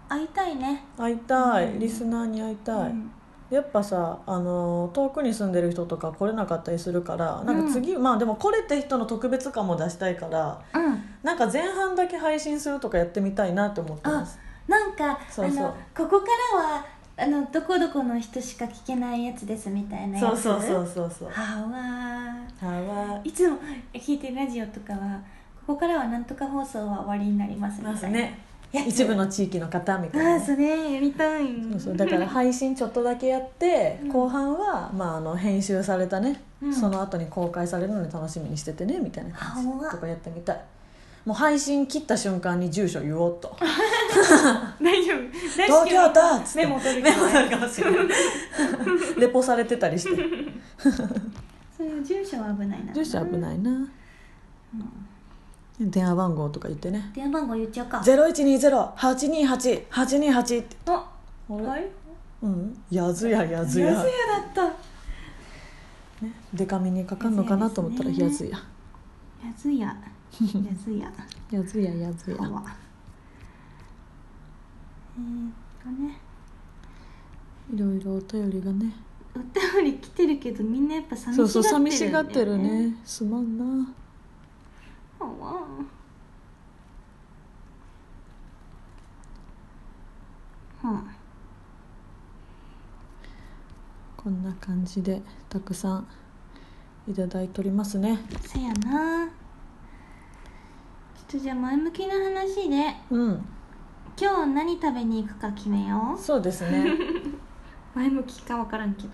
A: 会いたいね
B: 会いたいリスナーに会いたい、
A: うん
B: やっぱさあのー遠くに住んでる人とか来れなかったりするからなんか次、まあでも来れた人の特別感も出したいから
A: うん
B: なんか前半だけ配信するとかやってみたいなって思ってま
A: あ
B: す
A: なんか
B: そうそう
A: あのここからはあのどこどこの人しか聞けないやつですみたいなや
B: そう
A: つ
B: そうそうそうそう
A: はわ
B: ハワイ
A: いつも聞いてるラジオとかはここからはなんとか放送は終わりになりますみたい
B: ま
A: な
B: すね
A: やつ
B: 一部の地域の方みたい
A: あ
B: な
A: あ
B: ね
A: それやりたい
B: そうそうだから配信ちょっとだけやって、後半は、まあ、あの編集されたね、
A: うん
B: その後に公開されるので楽しみにしててねみたいな感
A: あうわ
B: じとかやってみたいもう配信切った瞬間に住所言おうっ と
A: 大丈夫
B: 「
A: 大
B: 東京だ!」っつっ
A: メ
B: て
A: モ取る
B: メ
A: か
B: モ
A: ら
B: 取るかもしれない レポされてたりして
A: それは住所は危ないな
B: 住所危
A: い
B: ないな、電話番号とか言ってね
A: 電話番号言っちゃうか
B: 0120-828-828って
A: ああ
B: 俺
A: れ
B: うんやずややず
A: や
B: や
A: すやだった
B: デカめにかかんのかなと思ったらや
A: や
B: ず
A: ず
B: や
A: やすや やすや
B: やずややずや
A: こはえーっとね
B: いろいろお便りがね
A: お便り来てるけどみんなやっぱ寂しが
B: そう
A: ってる
B: そうん
A: だよ
B: 寂
A: ね
B: しがってるねすまんな
A: あわあはあ
B: こんな感じでたくさんいただいておりますね
A: せやなちょっとじゃあ前向きな話で
B: うん
A: 今日何食べに行くか決めよ
B: そうです ね
A: う前向きか分からんけど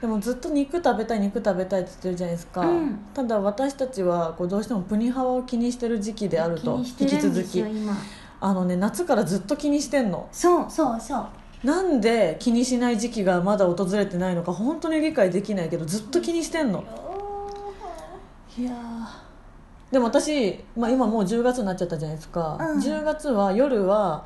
B: でもずっと肉食べたい肉食べたいって言ってるじゃないですか、
A: うん
B: ただ私たちはこうどうしてもプニハワを気にしてる時期であると
A: 気にして
B: 引き
A: るん
B: 続
A: です
B: き
A: よ今
B: あのね夏からずっと気にしてんの
A: そうそうそう
B: なんで気にしない時期がまだ訪れてないのか本当に理解できないけどずっと気にしてんのいやーでも私、まあ、今もう10月になっちゃったじゃないですか、
A: うん
B: 10月は夜は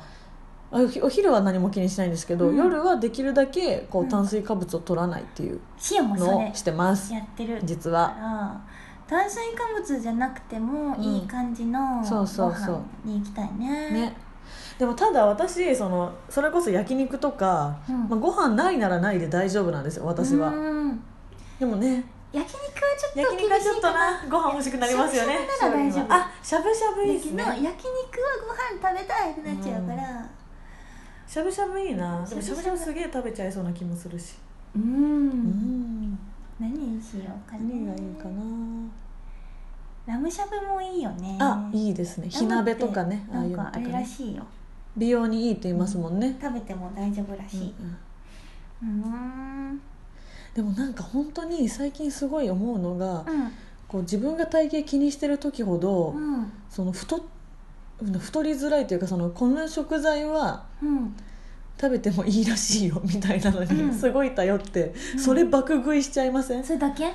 B: あお昼お昼は何も気にしないんですけど、
A: うん
B: 夜はできるだけこ
A: う
B: うん炭水化物を取らないっていう
A: シオもそ
B: の
A: れ
B: をしてます、
A: やってる
B: 実
A: か
B: は
A: ら炭水化物じゃなくてもいい感じのご
B: そうそうそう
A: 飯に行きたいね,、
B: ねでもただ私そのそれこそ焼肉とか、
A: うん
B: まあ、ご飯ないならないで大丈夫なんですよ私は、
A: うん
B: でもね
A: 焼肉はちょっ
B: 焼
A: と
B: 肉
A: 厳
B: は
A: し
B: ちょ
A: い
B: っと
A: かな
B: なご飯欲しくなりますよね
A: しゃぶしゃぶなら大丈夫
B: あしゃぶしゃぶいい
A: だ
B: で
A: け
B: す
A: ど
B: ね
A: 焼肉はご飯食べたいってなっちゃうから
B: しゃぶしゃぶいいなでもし
A: し
B: ゃ
A: ゃぶ
B: ぶし
A: しゃ
B: ゃぶ
A: ぶ
B: すげえ食べちゃいそうな気もするし
A: うん、
B: うん
A: 何にしようかね
B: 何がいいかな
A: ラムしゃぶもいいよね
B: あ
A: い
B: いいですね火鍋とかねあ
A: な
B: あい
A: ん
B: うの
A: か
B: と
A: あ
B: か
A: れら
B: ね
A: しいよ
B: 美容にいいって言いますもんね
A: 食べても大丈夫ら
B: うんう
A: しい
B: ん
A: うんうん
B: でもなんか本当に最近すごい思うのが
A: う
B: こう自分が体型気にしてる時ほど
A: ん
B: その太っ太りづらいというかそのこの食材は
A: うん
B: 食べてもいいらしいよ みたいなのに、
A: うん
B: すごい頼って、
A: うん
B: それ爆食いしちゃいません
A: それだけ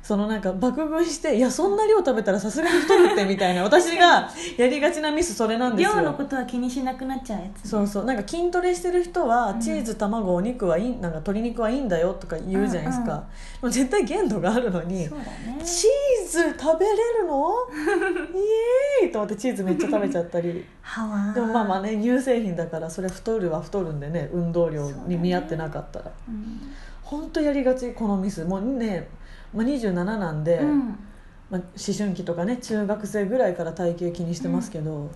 B: そのなんか爆食いしていやそんな量食べたらさすがに太るってみたいな私がやりがちなミスそれなんですよ
A: 量のことは気にしなくなっちゃうやつ
B: そうそうなんか筋トレしてる人は
A: うん
B: チーズ卵お肉はいいなんか鶏肉はいいんだよとか言うじゃないですか、
A: うんう
B: でも絶対限度があるのに
A: そうだね
B: チーズ食べれ るのイエーイと思ってチーズめっちゃ食べちゃっ たり
A: はわ
B: でもまあまあ
A: あ、
B: ね乳製品だからそれ太るは太るんでね運動量に見合ってなかったら
A: うん
B: 本当やりがちこのミスもうね、まあ、27なんで、
A: うん
B: まあ、思春期とかね中学生ぐらいから体型気にしてますけど、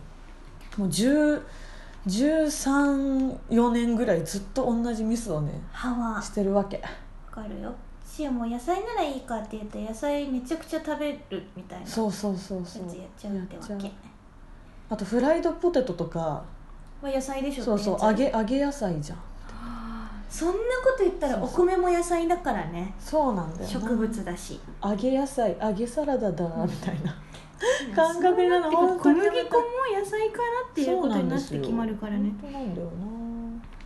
B: もう134年ぐらいずっと同じミスをね
A: 歯はわ
B: してるわけ
A: かるよしもう野菜ならいいかって言うと野菜めちゃくちゃ食べるみたいなや
B: そうそうそう
A: つ
B: そ
A: や
B: う
A: っちゃうってわ
B: やっちゃ
A: け
B: うあとフライドポテトとか
A: まあ野菜でしょ
B: そうそう揚
A: って
B: げ
A: や
B: 揚げ野菜じゃん
A: つそんなこと言ったら
B: そう
A: お
B: そ
A: 米も野菜だからね
B: そうなんだよな
A: 植物だし
B: 揚げ野菜揚げサラダだみたいな、感
A: 感
B: 覚になる本当
A: 小
B: に
A: 麦粉も野菜かなっていうことになって決まるからね
B: そうなんですよ本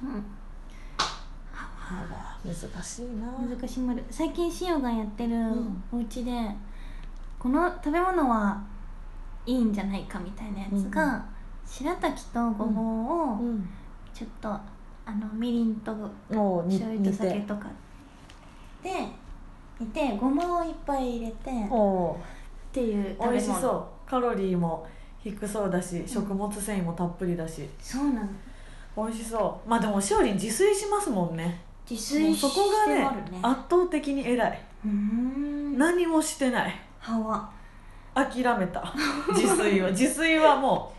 B: 当なん
A: うん
B: だよなあら難しいな
A: 難しいまる最近しおがやってる
B: ん
A: お家で、この食べ物はいいんじゃないかみたいなやつが、
B: うんう
A: 白滝とごぼうを
B: うん
A: ちょっと、あのみりんと
B: もうに
A: 醤油
B: 煮
A: と酒
B: て
A: とかで煮てごまをいっぱい入れてっ
B: おー
A: ていう食べ物
B: 美味しそうカロリーも低そうだし食物繊維もたっぷりだし、
A: そうなの
B: 美味しそうまあでもしおりん自炊しますもんね
A: 自炊して
B: もうそこがね
A: あるね
B: 圧倒的に偉いう
A: ーん
B: 何もしてない
A: 歯は
B: 諦めた 自炊は自炊はもう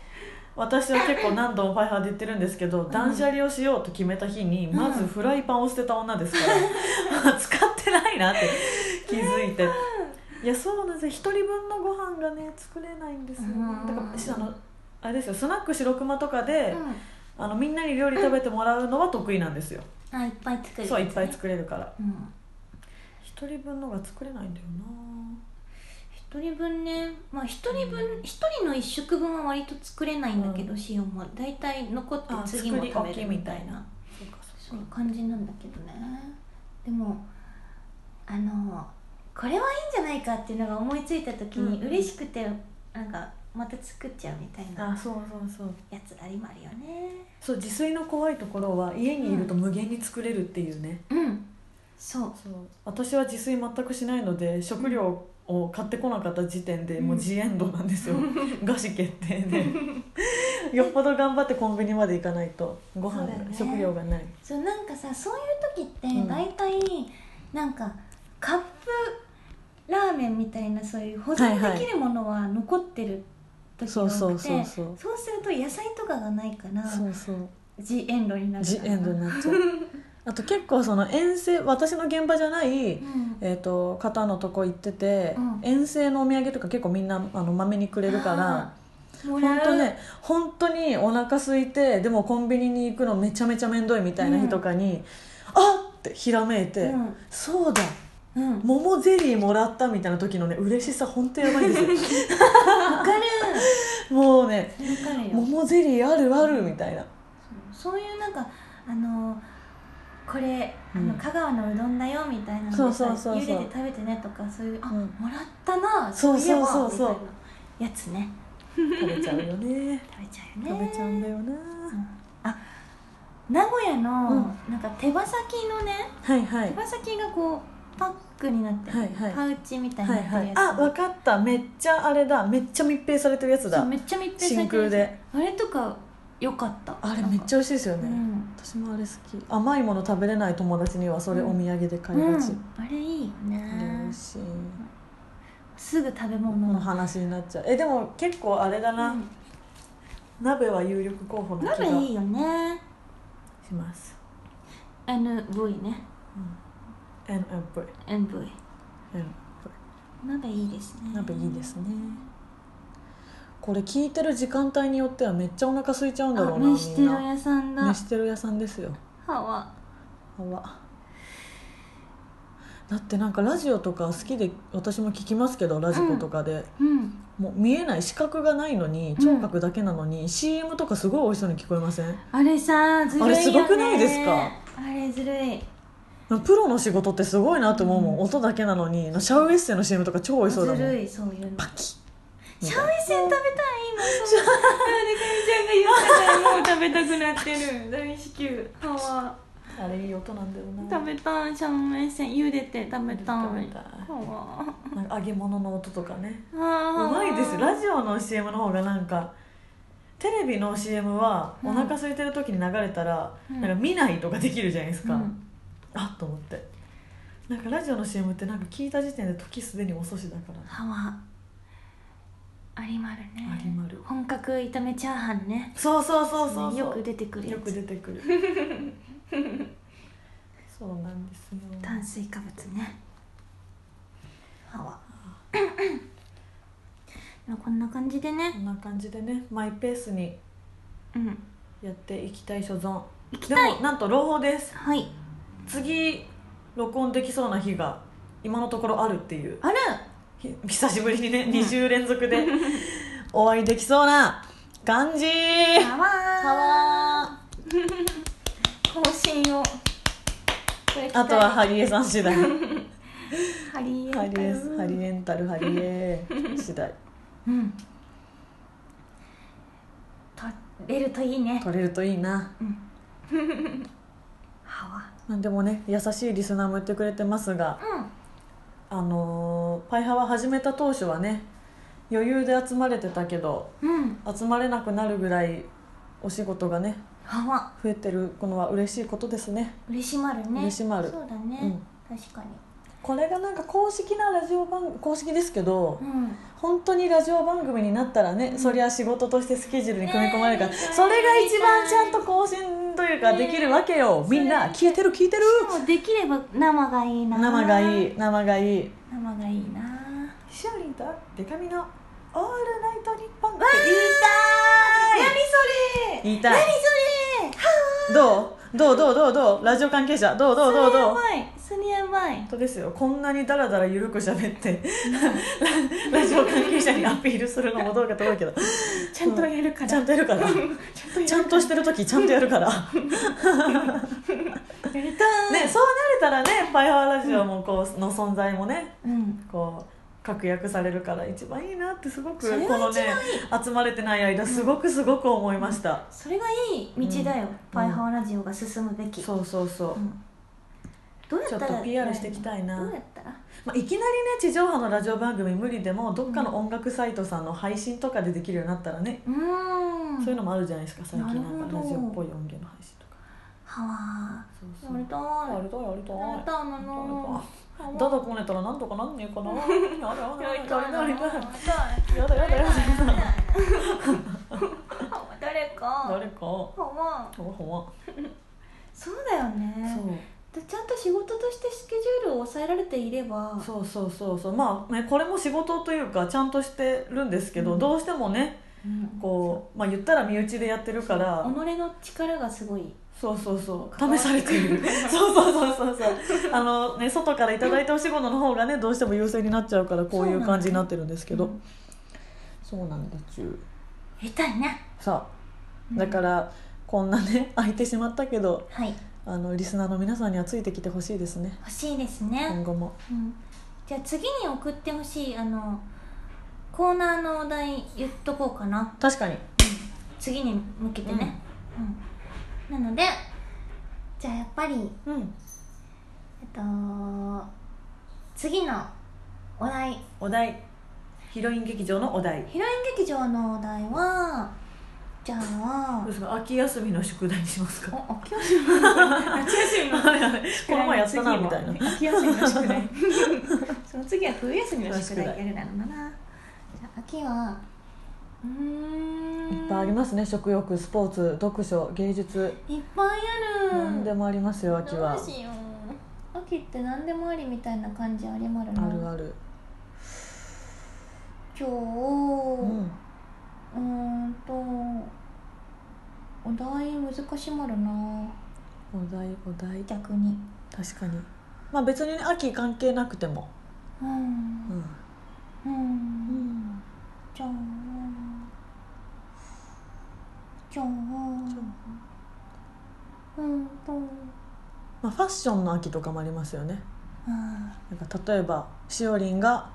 B: 私は結構何度もファイハーで言ってるんですけど、
A: ん
B: 断捨離をしようと決めた日に
A: ん
B: まずフライパンを捨てた女ですか ら、使ってないなって気づいて。いやそうなんですよ一人分のご飯がね作れないんですよ、ね
A: うん、
B: だからしあのあれですよスナック白熊とかで、
A: う
B: あのみんなに料理食べてもらうのは得意なんですよ、
A: んあいっぱい作る
B: そういっぱい作れるから
A: る、うん、
B: 一人分のが作れないんだよ
A: 一人分ねまあ一人分一人の一食分は割と作れないんだけど、
B: うん
A: 塩も大体残って
B: なあ
A: 次も食
B: 作
A: べ
B: り置き
A: るみたいな
B: そうかそ
A: そうう
B: か
A: いう感じなんだけどねでもあのこれはいいんじゃないかっていうのが思いついた時
B: う
A: に
B: ん
A: 嬉しくてなんかまた作っちゃうみたいな
B: あそうそうそう
A: やつありもあるよね
B: そう自炊の怖いところは家にいると無限に作れるっていうね、
A: うんそう
B: そう私は自炊全くしないので食料を買ってこなかった時点でもう自エンドなんですよ餓死、決定でよっぽど頑張ってコンビニまで行かないとご飯
A: そ
B: が、
A: うだね
B: 食料がない
A: そうなんかさそういう時って
B: うん
A: 大体、なんかカップラーメンみたいなそういう保存できるものは残ってる時が
B: そうそ
A: 多
B: う
A: くて、
B: そうそう
A: そうすると野菜とかがないから
B: そうそう
A: ジエンドになる
B: ジエンドに
A: る、
B: なっちゃうあと結構その遠征私の現場じゃな
A: う
B: い、
A: ん、
B: えー、と方のとこ行ってて、
A: うん
B: 遠征のお土産とか結構みんなあのまめにくれるから
A: もら
B: 本
A: う
B: 当ね本当にお腹空いてでもコンビニに行くのめちゃめちゃ面倒いみたいな日とかに、あっってひらめいて、
A: うん
B: そうだ
A: うんわ
B: 桃ゼリーもらったみたいな時のね嬉しさ本当やばいん ですよ
A: かる
B: もうね
A: わかるよ
B: 桃ゼリーあるあるみたいな
A: そういうなんかあのこれ、
B: うん
A: あの香川のうどんだよみたいなのでさ
B: そうそうそうそう
A: 茹でて食べてねとかそういうあ、
B: うん
A: もらったな
B: そう
A: いえば
B: そうそうそう
A: みたいなやつね
B: 食べちゃうよね
A: 食べちゃうよ
B: 食
A: ね
B: べちゃうんだよな、
A: 名古屋の、
B: う
A: なんか手羽先のね
B: はいはい
A: 手羽先がこうパックになってる、
B: はいはい
A: パウチみたいに
B: は
A: なっ
B: い
A: てる
B: は
A: や
B: い
A: つ、
B: あわかっためっちゃあれだめっちゃ密閉されてるやつ
A: そう
B: だ
A: めっちゃ密閉され
B: 真
A: てる
B: 空
A: やつ
B: で
A: あれとか良かった
B: あれめっち
A: ゃ
B: ゃ美味しいですよ
A: う
B: ね、
A: ん、
B: 私もあれ好き甘いもの食べれない友達にはそれお土産で買いが
A: う
B: ち、
A: んあれいいよ
B: あれ美
A: ね
B: 味しい
A: すぐ食べ
B: こ
A: 物
B: の
A: の
B: 話になっちゃうえでも結構あれだな、
A: うん
B: 鍋は有力候補の気が
A: 鍋いいよね
B: します、
A: NV ね
B: うん、and a bread
A: NV
B: and
A: 鍋いいですね
B: 鍋いいですねこれ聞いてる時間帯によってはめっちゃお腹空いちゃうんだろ
A: あ
B: うな
A: 飯テ
B: みん
A: ロ
B: な
A: 屋さんだ
B: 飯テロ屋さんですよ
A: はわ
B: あわだってなんかラジオとか好きで私も聞きますけどラジコとかで、
A: うん
B: もう見えない視覚がないの
A: う
B: に
A: ん
B: 聴覚だけなのに、CM とかすごい美味しそうに聞こえません
A: あれさずるいよね
B: あれすごくないですか
A: あれずるい
B: プロの仕事ってすごいなと思うもん、音だけなのにシャウエッセンの CM とか超美味しそうだもん
A: ずるいそういうの
B: パキッ
A: シャウエッセン食べたい今そうあでかみちゃんが言ってたらもう食べたくなってる 大至急はわ
B: あれいい音なんだよな
A: 食べたいシャウエッセン茹でて食べたい
B: 食べたい
A: はわ
B: なんか揚げ物の音とかね
A: う
B: うまいですよラジオの CM の方がなんかテレビの CM は
A: うん
B: お腹空いてる時に流れたら、
A: うん
B: なんか見ないとかできるじゃないですか、あっと思ってなんかラジオの CM ってなんか聞いた時点で時すでに遅しだから
A: はわありまるね
B: ありまる
A: 本格炒めチャーハンね
B: そうそうそうそうそう
A: よく出てくるや
B: よく
A: つ
B: 出てくる そうなんですよ
A: 炭水化物ねは わでもこんな感じで
B: こ
A: ね
B: んな感じでねマイペースに
A: うん
B: やっていきたい所存
A: 行き
B: で
A: たい
B: もなんと朗報です
A: はい
B: 次録音できそうな日が今のところあるっていう
A: ある
B: ひ 久しぶりにね
A: ん
B: 2週連続でお会いできそうな感じ
A: パワー
B: パワ
A: 更新をこれ期待
B: あとはハリエさん 次第ハ
A: ハリエ
B: リエハリエンタルハリエ次第
A: うん取れるといいね
B: 取れるといいな
A: はわ
B: まあでもね優しいリスナーも言ってくれてますが
A: う
B: あのーパイハワ始めた当初はね余裕で集まれてたけど
A: んうん
B: 集まれなくなるぐらいお仕事がね
A: はわ
B: 増えてるのは嬉しいことですね
A: 嬉しまるね
B: 嬉しまる
A: そうだね確かに
B: これがなんか公式なラジオ番公式ですけど
A: うん
B: 本当にラジオ番組になったらね、そりゃ仕事としてスケジュールに組み込まれるから、
A: ねえ
B: それが一番ちゃんと更新というか
A: ねえ
B: できるわけよ、みんな聞いてる聞いてる
A: でもできれば生がいいな
B: 生がいい生がいい
A: 生がいいな
B: しおりんとデカミの「オールナイトニッポン」って
A: 何それ
B: 言いたい
A: 何それは
B: どうどうどうどうどうラジオ関係者どうどうどうどう
A: それやばいそれやばい
B: 本当ですよこんなにダラダラゆるく喋って ラジオ関係者にアピールするのもどうかと思うけど
A: ちゃんとやるから
B: ちゃんとやるからちゃんとしてる時ちゃんとやるから ね
A: やりたい
B: そうなれたらね「パイハワラジオ」もこうの存在もね
A: うん
B: こう確約されるから一番いいなってすごく
A: それは
B: このね集まれてない間すごくすごく思いました、
A: それがいい道だよ、パイハワラジオが進むべき、
B: そうそうそう、
A: うんどうやっ
B: ちょ
A: た
B: っと
A: ら
B: PR していきたいな
A: どうやったら
B: まあ、いきなりね地上波のラジオ番組無理でもどっかの音楽サイトさんの配信とかでできるようになったらね、
A: うーん
B: そういうのもあるじゃないですか最近な
A: なんる
B: か
A: ほど
B: ラジオっぽい音源の配信とか
A: はわ
B: そう
A: ーやりたい
B: やりたいやりたい
A: やりたいなの
B: やりたいだだこねたらなんとかなんねえかなやだやだやだやだやだやだやだやだ
A: 誰か
B: 誰かほ
A: ほわ
B: わほわ
A: そうだよねでちゃんと仕事としてスケジュールを抑えられていれば
B: そうそうそうそうそうまあねこれも仕事というかちゃんとしてるんですけど、
A: うん
B: どうしてもね
A: うん
B: こうまあ言ったら身内でやってるから
A: 己の力がすごい
B: そうそうそう
A: 関わ
B: 試
A: って
B: されている そうそうそうそうそうあのね外からいただいたお仕事の方がねどうしても優先になっちゃうからこういう感じになってるんですけど
A: うん
B: そうなんだちゅう
A: やりたいね
B: さあだからこんなね空いてしまったけど
A: はい
B: あのリスナーの皆さんにはついてきてほしいですね
A: 欲しいですね
B: 今後も
A: うんじゃあ次に送ってほしいあのコーナーのお題言っとこうかな
B: 確かに
A: 次に向けてね、うんなのでじゃあやっぱりえっ
B: うん
A: と次のお題
B: お題ヒロイン劇場のお題
A: ヒロイン劇場のお題はじゃ
B: ど
A: あ
B: うですか秋休みの宿題にしますか
A: お秋休みの 秋休みの
B: あれあれ この前やったなみたいな
A: 秋休みの宿題 その次は冬休みの宿題やるだろうなじゃあ秋はうーん
B: いっぱいありますね食欲スポーツ読書芸術
A: いっぱいある
B: 何でもありますよ秋は
A: どうしよう秋って何でもありみたいな感じありまるな
B: あるある
A: 今日
B: うん
A: うーんとお題難しまるな
B: お題お題
A: 逆に
B: 確かにまあ別にね秋関係なくても
A: う
B: うんん
A: うん
B: ん
A: じゃあじゃあうんと
B: まあファッションの秋とかもありますよね
A: あ
B: なんか例えばしおりんが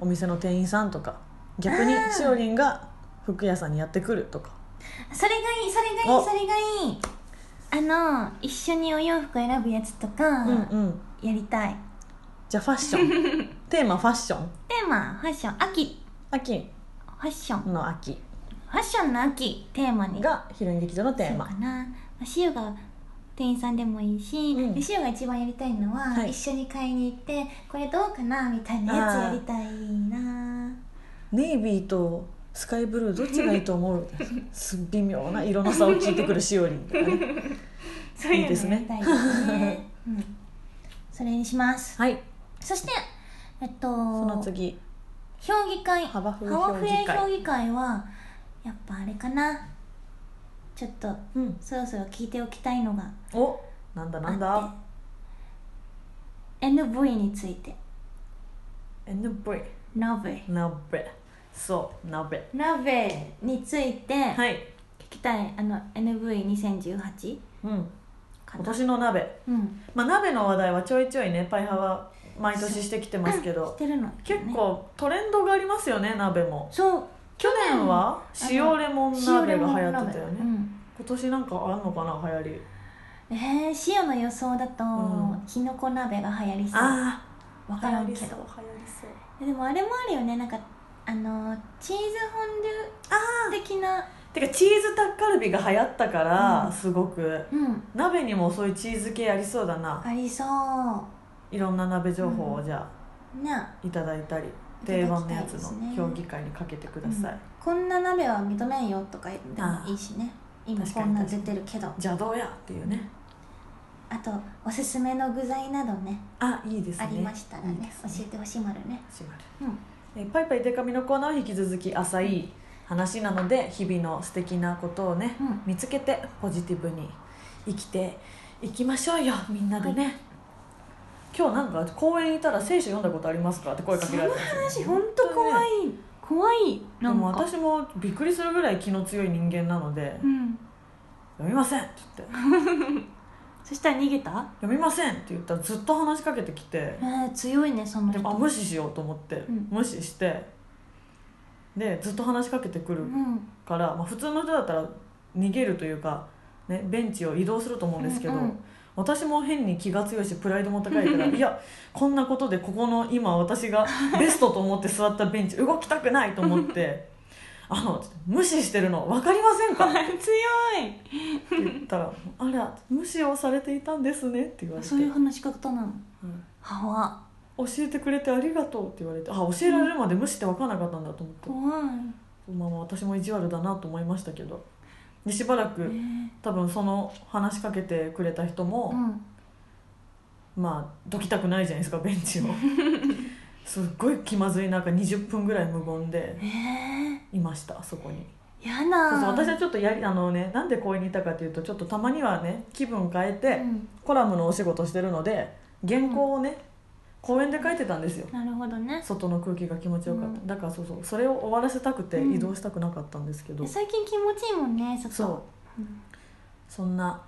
B: お店の店員さんとか逆にしおりんが服屋さんにやってくるとか
A: ーそれがいいそれがい
B: お
A: いそれがいいあの一緒にお洋服選ぶやつとか
B: うんうん
A: やりたい、
B: じゃあファッショ ンテーマファッション
A: テーマファッション秋
B: 秋
A: ファッション
B: の秋
A: ファッションの秋テーマに
B: がヒロイン劇場のテー
A: そう
B: マ
A: かな、まあ、シオが店員さんでもいいし、
B: うん
A: でシオが一番やりたいのは、
B: はい
A: 一緒に買いに行ってこれどうかなみたいなやつやりたいな
B: ネイビーとスカイブルーどっちがいいと思うす微妙な色の差を聞いてくるしおりんとかね
A: そ
B: いいですね
A: やりたいです ね、うん、それにします
B: はい
A: そしてえっと
B: その次
A: 評議会
B: 幅風
A: ハワフエ
B: 評議会
A: 評議会はやっぱあれかなちょっと
B: うん
A: そろそろ聞いておきたいのが
B: おなんだなん
A: あっ
B: だ
A: て NV について
B: NV
A: 鍋
B: 鍋そう鍋
A: 鍋について聞
B: はい
A: きたい、あの NV2018
B: うん
A: か
B: 今
A: な
B: 年の鍋
A: うん
B: まあ鍋の話題はちょいちょいねパイ派は毎年してきてますけ
A: 知っ
B: ど
A: てるの、ね、
B: 結構トレンドがありますよね鍋も
A: そう
B: 去年は塩レモン鍋が流行ってたよ
A: う
B: ね
A: ん
B: 今年なんかあんのかな流行り
A: えー、塩の予想だと、
B: うん
A: きのこ鍋が流行りそう
B: あ
A: わ
B: あ
A: からんけ
B: 流行
A: ど
B: りそう
A: でもあれもあるよねなんかあのチーズフォンデュ的な
B: てかチーズタッカルビが流行ったから、
A: うん
B: すごく
A: うん
B: 鍋にもそういうチーズ系ありそうだな
A: ありそ
B: いろんな鍋情報をじゃあ
A: うね
B: いただいたり、定番のやつの評議会にかけてください、
A: こんな鍋は認めんよとか言ってもいいしね今
B: 確か
A: こ
B: に
A: んなん出てるけど
B: 邪道やっていうね
A: あとおすすめの具材などね
B: あいいですね
A: ありましたらね
B: いいです
A: 教えてほしいまるね
B: 閉まる
A: うん
B: えーパイパイデカミのコーナーは引き続き浅い話なので日々の素敵なことをね、
A: うん
B: 見つけてポジティブに生きていきましょうよみんなでね、今日なんか公園にいたら聖書読んだことありますかって声かけられたんですよ本
A: い怖い
B: 当にねでも私もびっくりするぐらい気の強い人間なので「
A: うん
B: 読みません」って言って
A: そしたら逃げた
B: 「読みません」って言ったらずっと話しかけてきて
A: えー、強いねその
B: で
A: 人
B: もあ無視しようと思って、
A: ん
B: 無視してでずっと話しかけてくる
A: うん
B: から、まあ、普通の人だったら逃げるというか、ね、ベンチを移動すると思うんですけど、
A: うんうん
B: 私も変に気が強いしプライドも高 いからいやこんなことでここの今私がベストと思って座ったベンチ動きたくないと思って 「あの無視してるの分かりませんか?」っ
A: 強
B: て言ったら「あら無視をされていたんですね」って言われ
A: い
B: て
A: そういう話し方なの
B: うん
A: はわ
B: 教えてくれてありがとう」って言われてあ教えられるまで無視って分からなかったんだと思って、
A: 怖い
B: まあ、まあ私も意地悪だなと思いましたけどでしばらく、
A: ね
B: 多分その話しかけてくれた人も、
A: うん
B: まあどきたくないじゃないですかベン チをすっごい気まずい中20分ぐらい無言で
A: え
B: いましたそこに
A: ー、やだ
B: そうそう私はちょっとやりあのねなんで公園にいたかというとちょっとたまにはね気分変えて、
A: うん
B: コラムのお仕事してるので原稿をね、公園で書いてたんですよ
A: なるほどね
B: 外の空気が気持ちよかった、
A: うん
B: だからそうそうそれを終わらせたくて
A: うん
B: 移動したくなかったんですけど、
A: 最近気持ちいいもんね外
B: そう
A: うん
B: そんな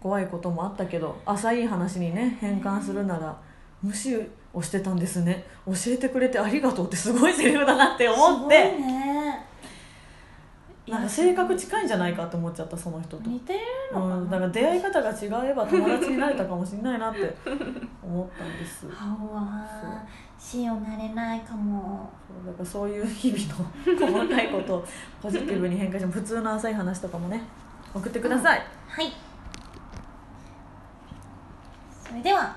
B: 怖いこともあったけど浅い話にね変換するなら無視をしてたんですね教えてくれてありがとうってすごいセリフだなって思っ
A: す
B: て
A: ごいね
B: なんか性格近いんじゃないかって思っちゃったその人と、
A: 似てる
B: う
A: のかな、
B: ん、だから出会い方が違えば友達になれたかもしれないなって思った んですそう
A: はわ死をなれないかも
B: だからそういう日々の細かいことをポジティブに変化して普通の浅い話とかもね送ってください、
A: はいそれでは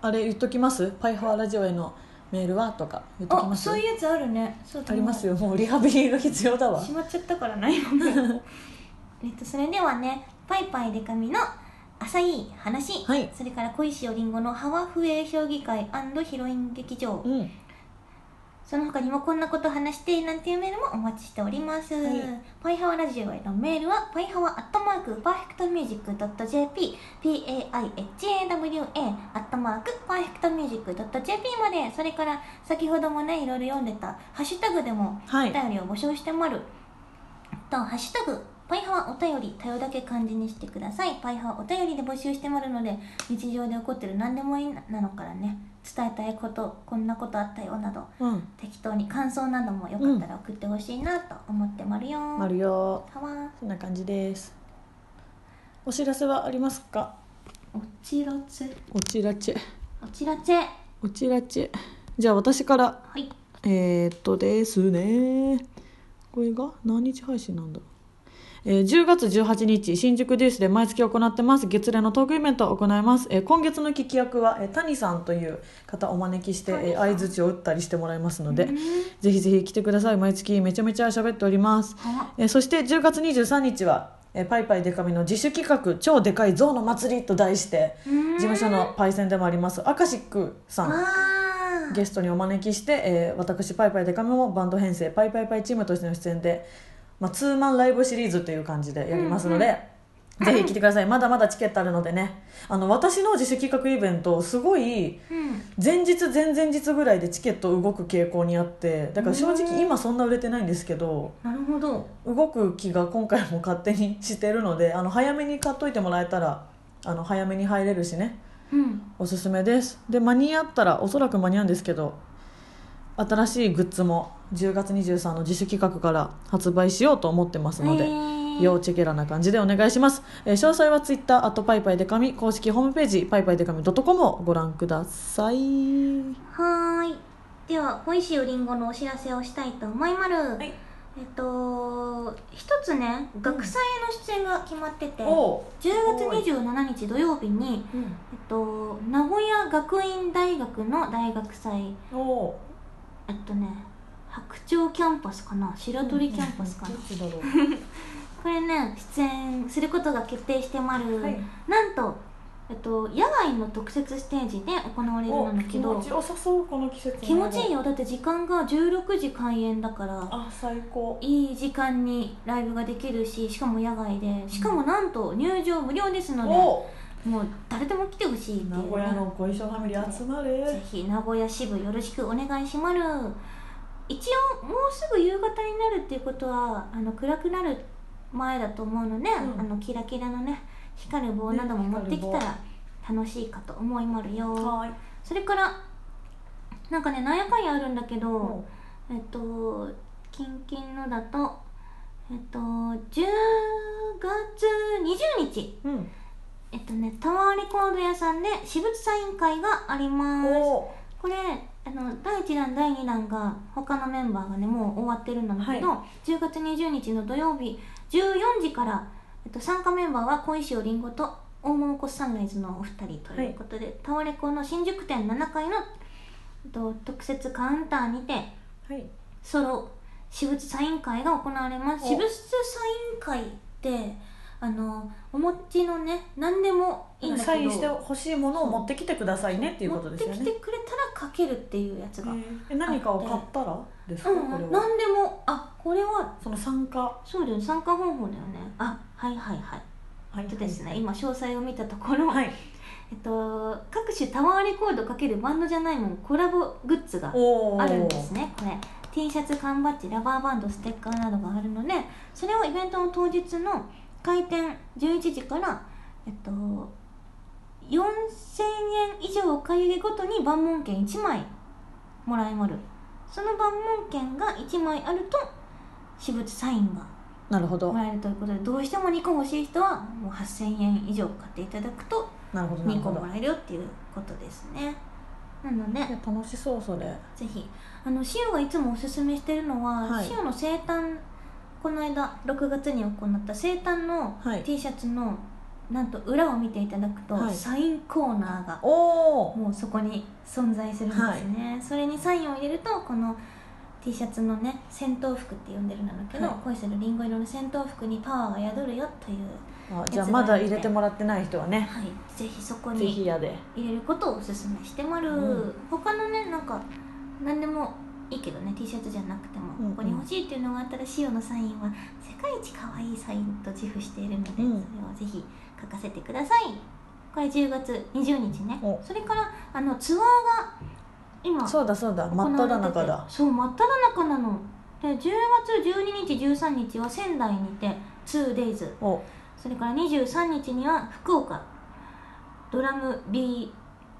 B: あれ言っときますパイハワラジオへのメールはとか言っとき
A: あ
B: ます
A: そういうやつあるねそうだ
B: ありますよもうリハビリが必要だわ
A: しまっちゃったからないもん ねえっとそれではねパイパイデカミの浅い話、
B: はい
A: それから恋しおりんごのハワフエ評議会ヒロイン劇場
B: うんは
A: その他にもこんなこと話してなんていうメールもお待ちしております、
B: はい
A: パイハワラジオへのメールはパイハワアットマークパーフェクトミュージックドット JP PAIHAWA アットマークパーフェクトミュージックドット JP までそれから先ほどもねいろいろ読んでたハッシュタグでも
B: は
A: お
B: い
A: 便りを募集してもると「ハッシュタグパイハワお便り」たよだけ漢字にしてくださいパイハワお便りで募集してもるので日常で起こってる何でもいいなのからね伝えたいことこんなことあったよなど
B: うん
A: 適当に感想などもよかったら送ってほしいなと思ってまるよ
B: マルよ
A: ハワ
B: そんな感じですお知らせはありますか
A: おちらち
B: おちらち
A: おちらちは
B: おちらちじゃあ私から
A: い
B: えー、っとですねこれが何日配信なんだろうえー10月18日新宿デュースで毎月行ってます月例のトークイベントを行います、えー今月の聞き役は、えー谷さんという方をお招きして、えー相づちを打ったりしてもらいますので、
A: うん
B: ぜひぜひ来てください毎月めちゃめちゃ喋っております
A: ハワ
B: えーそして10月23日は「えーパイパイデカミ」の自主企画「超でかい象の祭り」と題して
A: うん
B: 事務所のパイセンでもありますアカシックさん
A: わー
B: ゲストにお招きして、えー私パイパイデカミもバンド編成パイパイパイチームとしての出演で、まあ、ツーマンライブシリーズという感じでやりますので。ぜひ来てくださいまだまだチケットあるのでねあの私の自主企画イベントすごい
A: うん
B: 前日前々日ぐらいでチケット動く傾向にあってだから正直今そんな売れてないんですけど
A: なるほど
B: 動く気が今回も勝手にしてるのであの早めに買っといてもらえたらあの早めに入れるしね
A: うん
B: おすすめですで間に合ったらおそらく間に合うんですけど新しいグッズも10月23の自主企画から発売しようと思ってますの
A: え
B: で、
A: ー
B: 要チェケラな感じでお願いします、えー詳細は Twitter あとパイパイデカミ公式ホームページパイパイデカミ .com をご覧ください
A: はーい。では、小石よりんごのお知らせをしたいと思いまる。
B: い
A: えっと、一つね、学祭の出演が決まってて、10
B: お
A: 月27日土曜日に、
B: う
A: えっと、名古屋学院大学の大学祭、
B: おお
A: えっとね、白鳥キャンパスかな白鳥キャンパスかな、
B: どっちだろ
A: これね出演することが決定してまる、
B: う、はい、
A: なんと、えっと、野外の特設ステージで行われる
B: お
A: んだ
B: 気
A: けど
B: 持ちよさそうこの季節
A: 気持ちいい
B: よ
A: よだって時間が16時開演だから
B: あ最高
A: いい時間にライブができるししかも野外でしかもなんと入場無料ですので、
B: お
A: もう誰でも来てほしいっていう、ね、
B: 名古屋のご一緒ファミリー集まれ
A: ぜひ名古屋支部よろしくお願いしまる一応もうすぐ夕方になるっていうことはあの暗くなる前だと思うので、
B: うん
A: あのキラキラのね光る棒なども持ってきた
B: ね
A: ら楽しいかと思いまるよ、
B: は
A: それからなんかねなんやかんやあるんだけど、
B: いも
A: えっと、キンキンのだと、えっと、10月20日、
B: ううん
A: えっとねタワーレコード屋さんで私物サイン会があります
B: お
A: これあの第1弾第2弾が他のメンバーがねもう終わってるんだけど、10月20日の土曜日14時から、えっと、参加メンバーは小石おりんごと大桃子サンライズのお二人ということで、タワレコの新宿店7階の、えっと、特設カウンターにて
B: はい
A: ソロ私物サイン会が行われます
B: お
A: 私物サイン会ってあのお持ちのね何でもいいんだけど
B: サインしてほしいものを持ってきてくださいねっていうことですよ
A: 持って
B: ね
A: きてくれたら書けるっていうやつが、
B: え何かを買ったらですか、
A: うんう
B: こ
A: ん、
B: れは
A: 何でもあこれは
B: その参加は
A: そうだよね参加方法だよねあはいはいはい
B: いはい
A: えっとですね今詳細を見たところ、
B: はい
A: えっと、各種タワーレコード×バンドじゃないもんコラボグッズが
B: おお
A: あるんですねこれ T シャツ缶バッジラバーバンドステッカーなどがあるのでそれをイベントの当日の開店11時からえっと4000円以上お買い上げごとに万問券1枚もらえまるその万問券が1枚あると私物サインが
B: なるほど
A: もらえるということでどうしても2個欲しい人はもう8000円以上買っていただくと
B: なるほどなる
A: 2個
B: ほど
A: もらえるよっていうことですねなので
B: いや楽しそうそれ
A: ぜひあのシオがいつもおすすめしてるのは、
B: はい
A: シオの生誕この間6月に行った生誕の
B: はい
A: T シャツの、なんと裏を見ていただくと、
B: はい
A: サインコーナーが
B: おお
A: もうそこに存在するんですね、それにサインを入れるとこの T シャツのね戦闘服って呼んでるんだけど、
B: はい
A: 恋するリンゴ色の戦闘服にパワーが宿るよという、
B: あじゃあまだ入れてもらってない人はね
A: はい、ぜひそこ
B: ぜ
A: に
B: ひやで
A: 入れることをおすすめしてまる、
B: うん
A: 他のねなんか何でもいいけどね T シャツじゃなくても、
B: うんうん
A: ここに欲しいっていうのがあったらシオのサインは世界一可愛いサインと自負しているので、
B: うん
A: それをぜひ書かせてくださいこれ10月20日ね
B: お
A: それからあのツアーが今
B: そうだそうだ
A: 行わ
B: 真
A: れ
B: って只
A: て
B: 中だ
A: そう真っ只中なので10月12日13日は仙台にて 2days
B: お
A: それから23日には福岡ドラム B1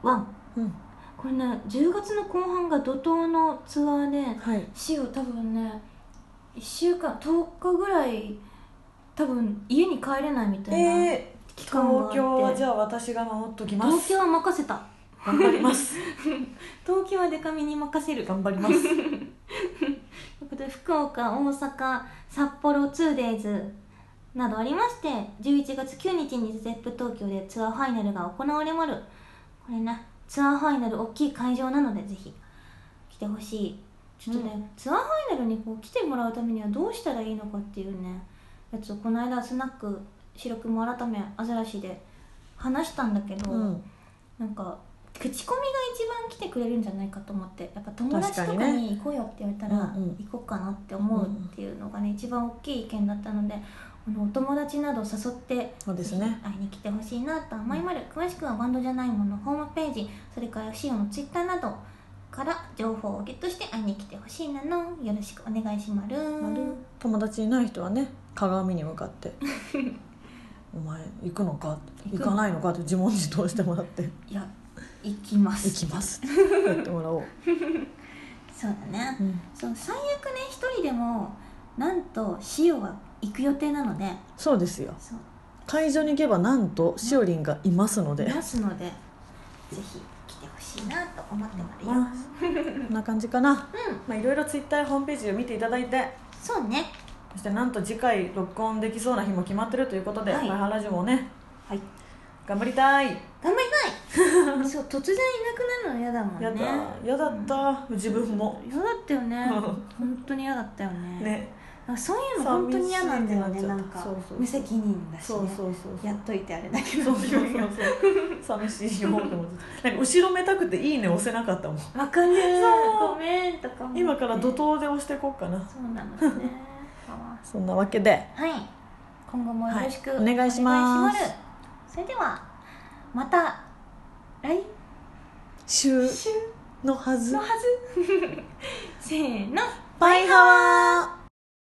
B: うん
A: これね10月の後半が怒涛のツアーで
B: はい
A: シオ多分ね1週間10日ぐらい多分家に帰れないみたいな、
B: えー
A: 期間があっ
B: 東
A: て
B: 京はじゃあ私が守っときます
A: 東京は任せた
B: 頑張ります
A: 東京はデカミに任せる
B: 頑張ります
A: ということで福岡大阪札幌 2days などありまして11月9日に ZEP 東京でツアーファイナルが行われまるこれねツアーファイナル大きい会場なのでぜひ来てほしいちょっとね、ツアーファイナルにこう来てもらうためにはどうしたらいいのかっていうねやつをこの間スナック白くも改めアザラシで話したんだけど、
B: うん
A: なんか口コミが一番来てくれるんじゃないかと思ってやっぱ友達と
B: 確
A: か
B: かに
A: に行こうよって言われたら
B: うんうん
A: 行こうかなって思うっていうのがね一番大きい意見だったのであのお友達など誘って
B: そうですね
A: 会いに来てほしいなと思いまる詳しくはバンドじゃないものホームページそれからシオのツイッターなどから情報をゲットして会いに来てほしいなのよろしくお願いしまる
B: 友達いない人はね鏡に向 かって「お前行くのか?」
A: 行
B: 行
A: く
B: かないのか?」って自問自答しても らって
A: いや行きま
B: 「行
A: す
B: きます」ってやってもらおう、
A: そうだね
B: うん
A: そう最悪ね一人でもなんとシオは行く予定なので
B: そうですよ
A: そう
B: 会場に行けばなんとしおりんがいますので
A: いますのでぜひ来てほしいなと思ってまるよ、
B: まあこんな感じかな、
A: ん
B: まあいろいろツイッターやホームページを見ていただいて
A: そうね
B: そしてなんと次回録音できそうな日も決まってるということで「
A: はい
B: 前原ラジオ」もね
A: はい
B: 頑張りたい、
A: 頑張り たいそう突然いなくなるの嫌だもんね
B: やだやだった、自分も
A: 嫌だったよね本当に嫌だったよね
B: ね
A: なんかそういうの本当に嫌なんだよね
B: 寂しいって
A: な
B: なっちゃった
A: んか
B: そうそうそう
A: 無責任だしね
B: そうそうそうそう
A: やっといてあれだけ
B: そ
A: ど
B: うそうそうそう寂しいよと思ってなんか後ろめたくて「いいね」押せなかったもん
A: わかんねえ
B: そう
A: ごめんとか思って
B: 今から怒涛で押していこうかな
A: そうなの ね
B: そんなわけで
A: はい今後もよろしく、
B: はいお願いしま
A: お願
B: す
A: いしますそれではまた来
B: 週
A: 週
B: のはず
A: のはず せーの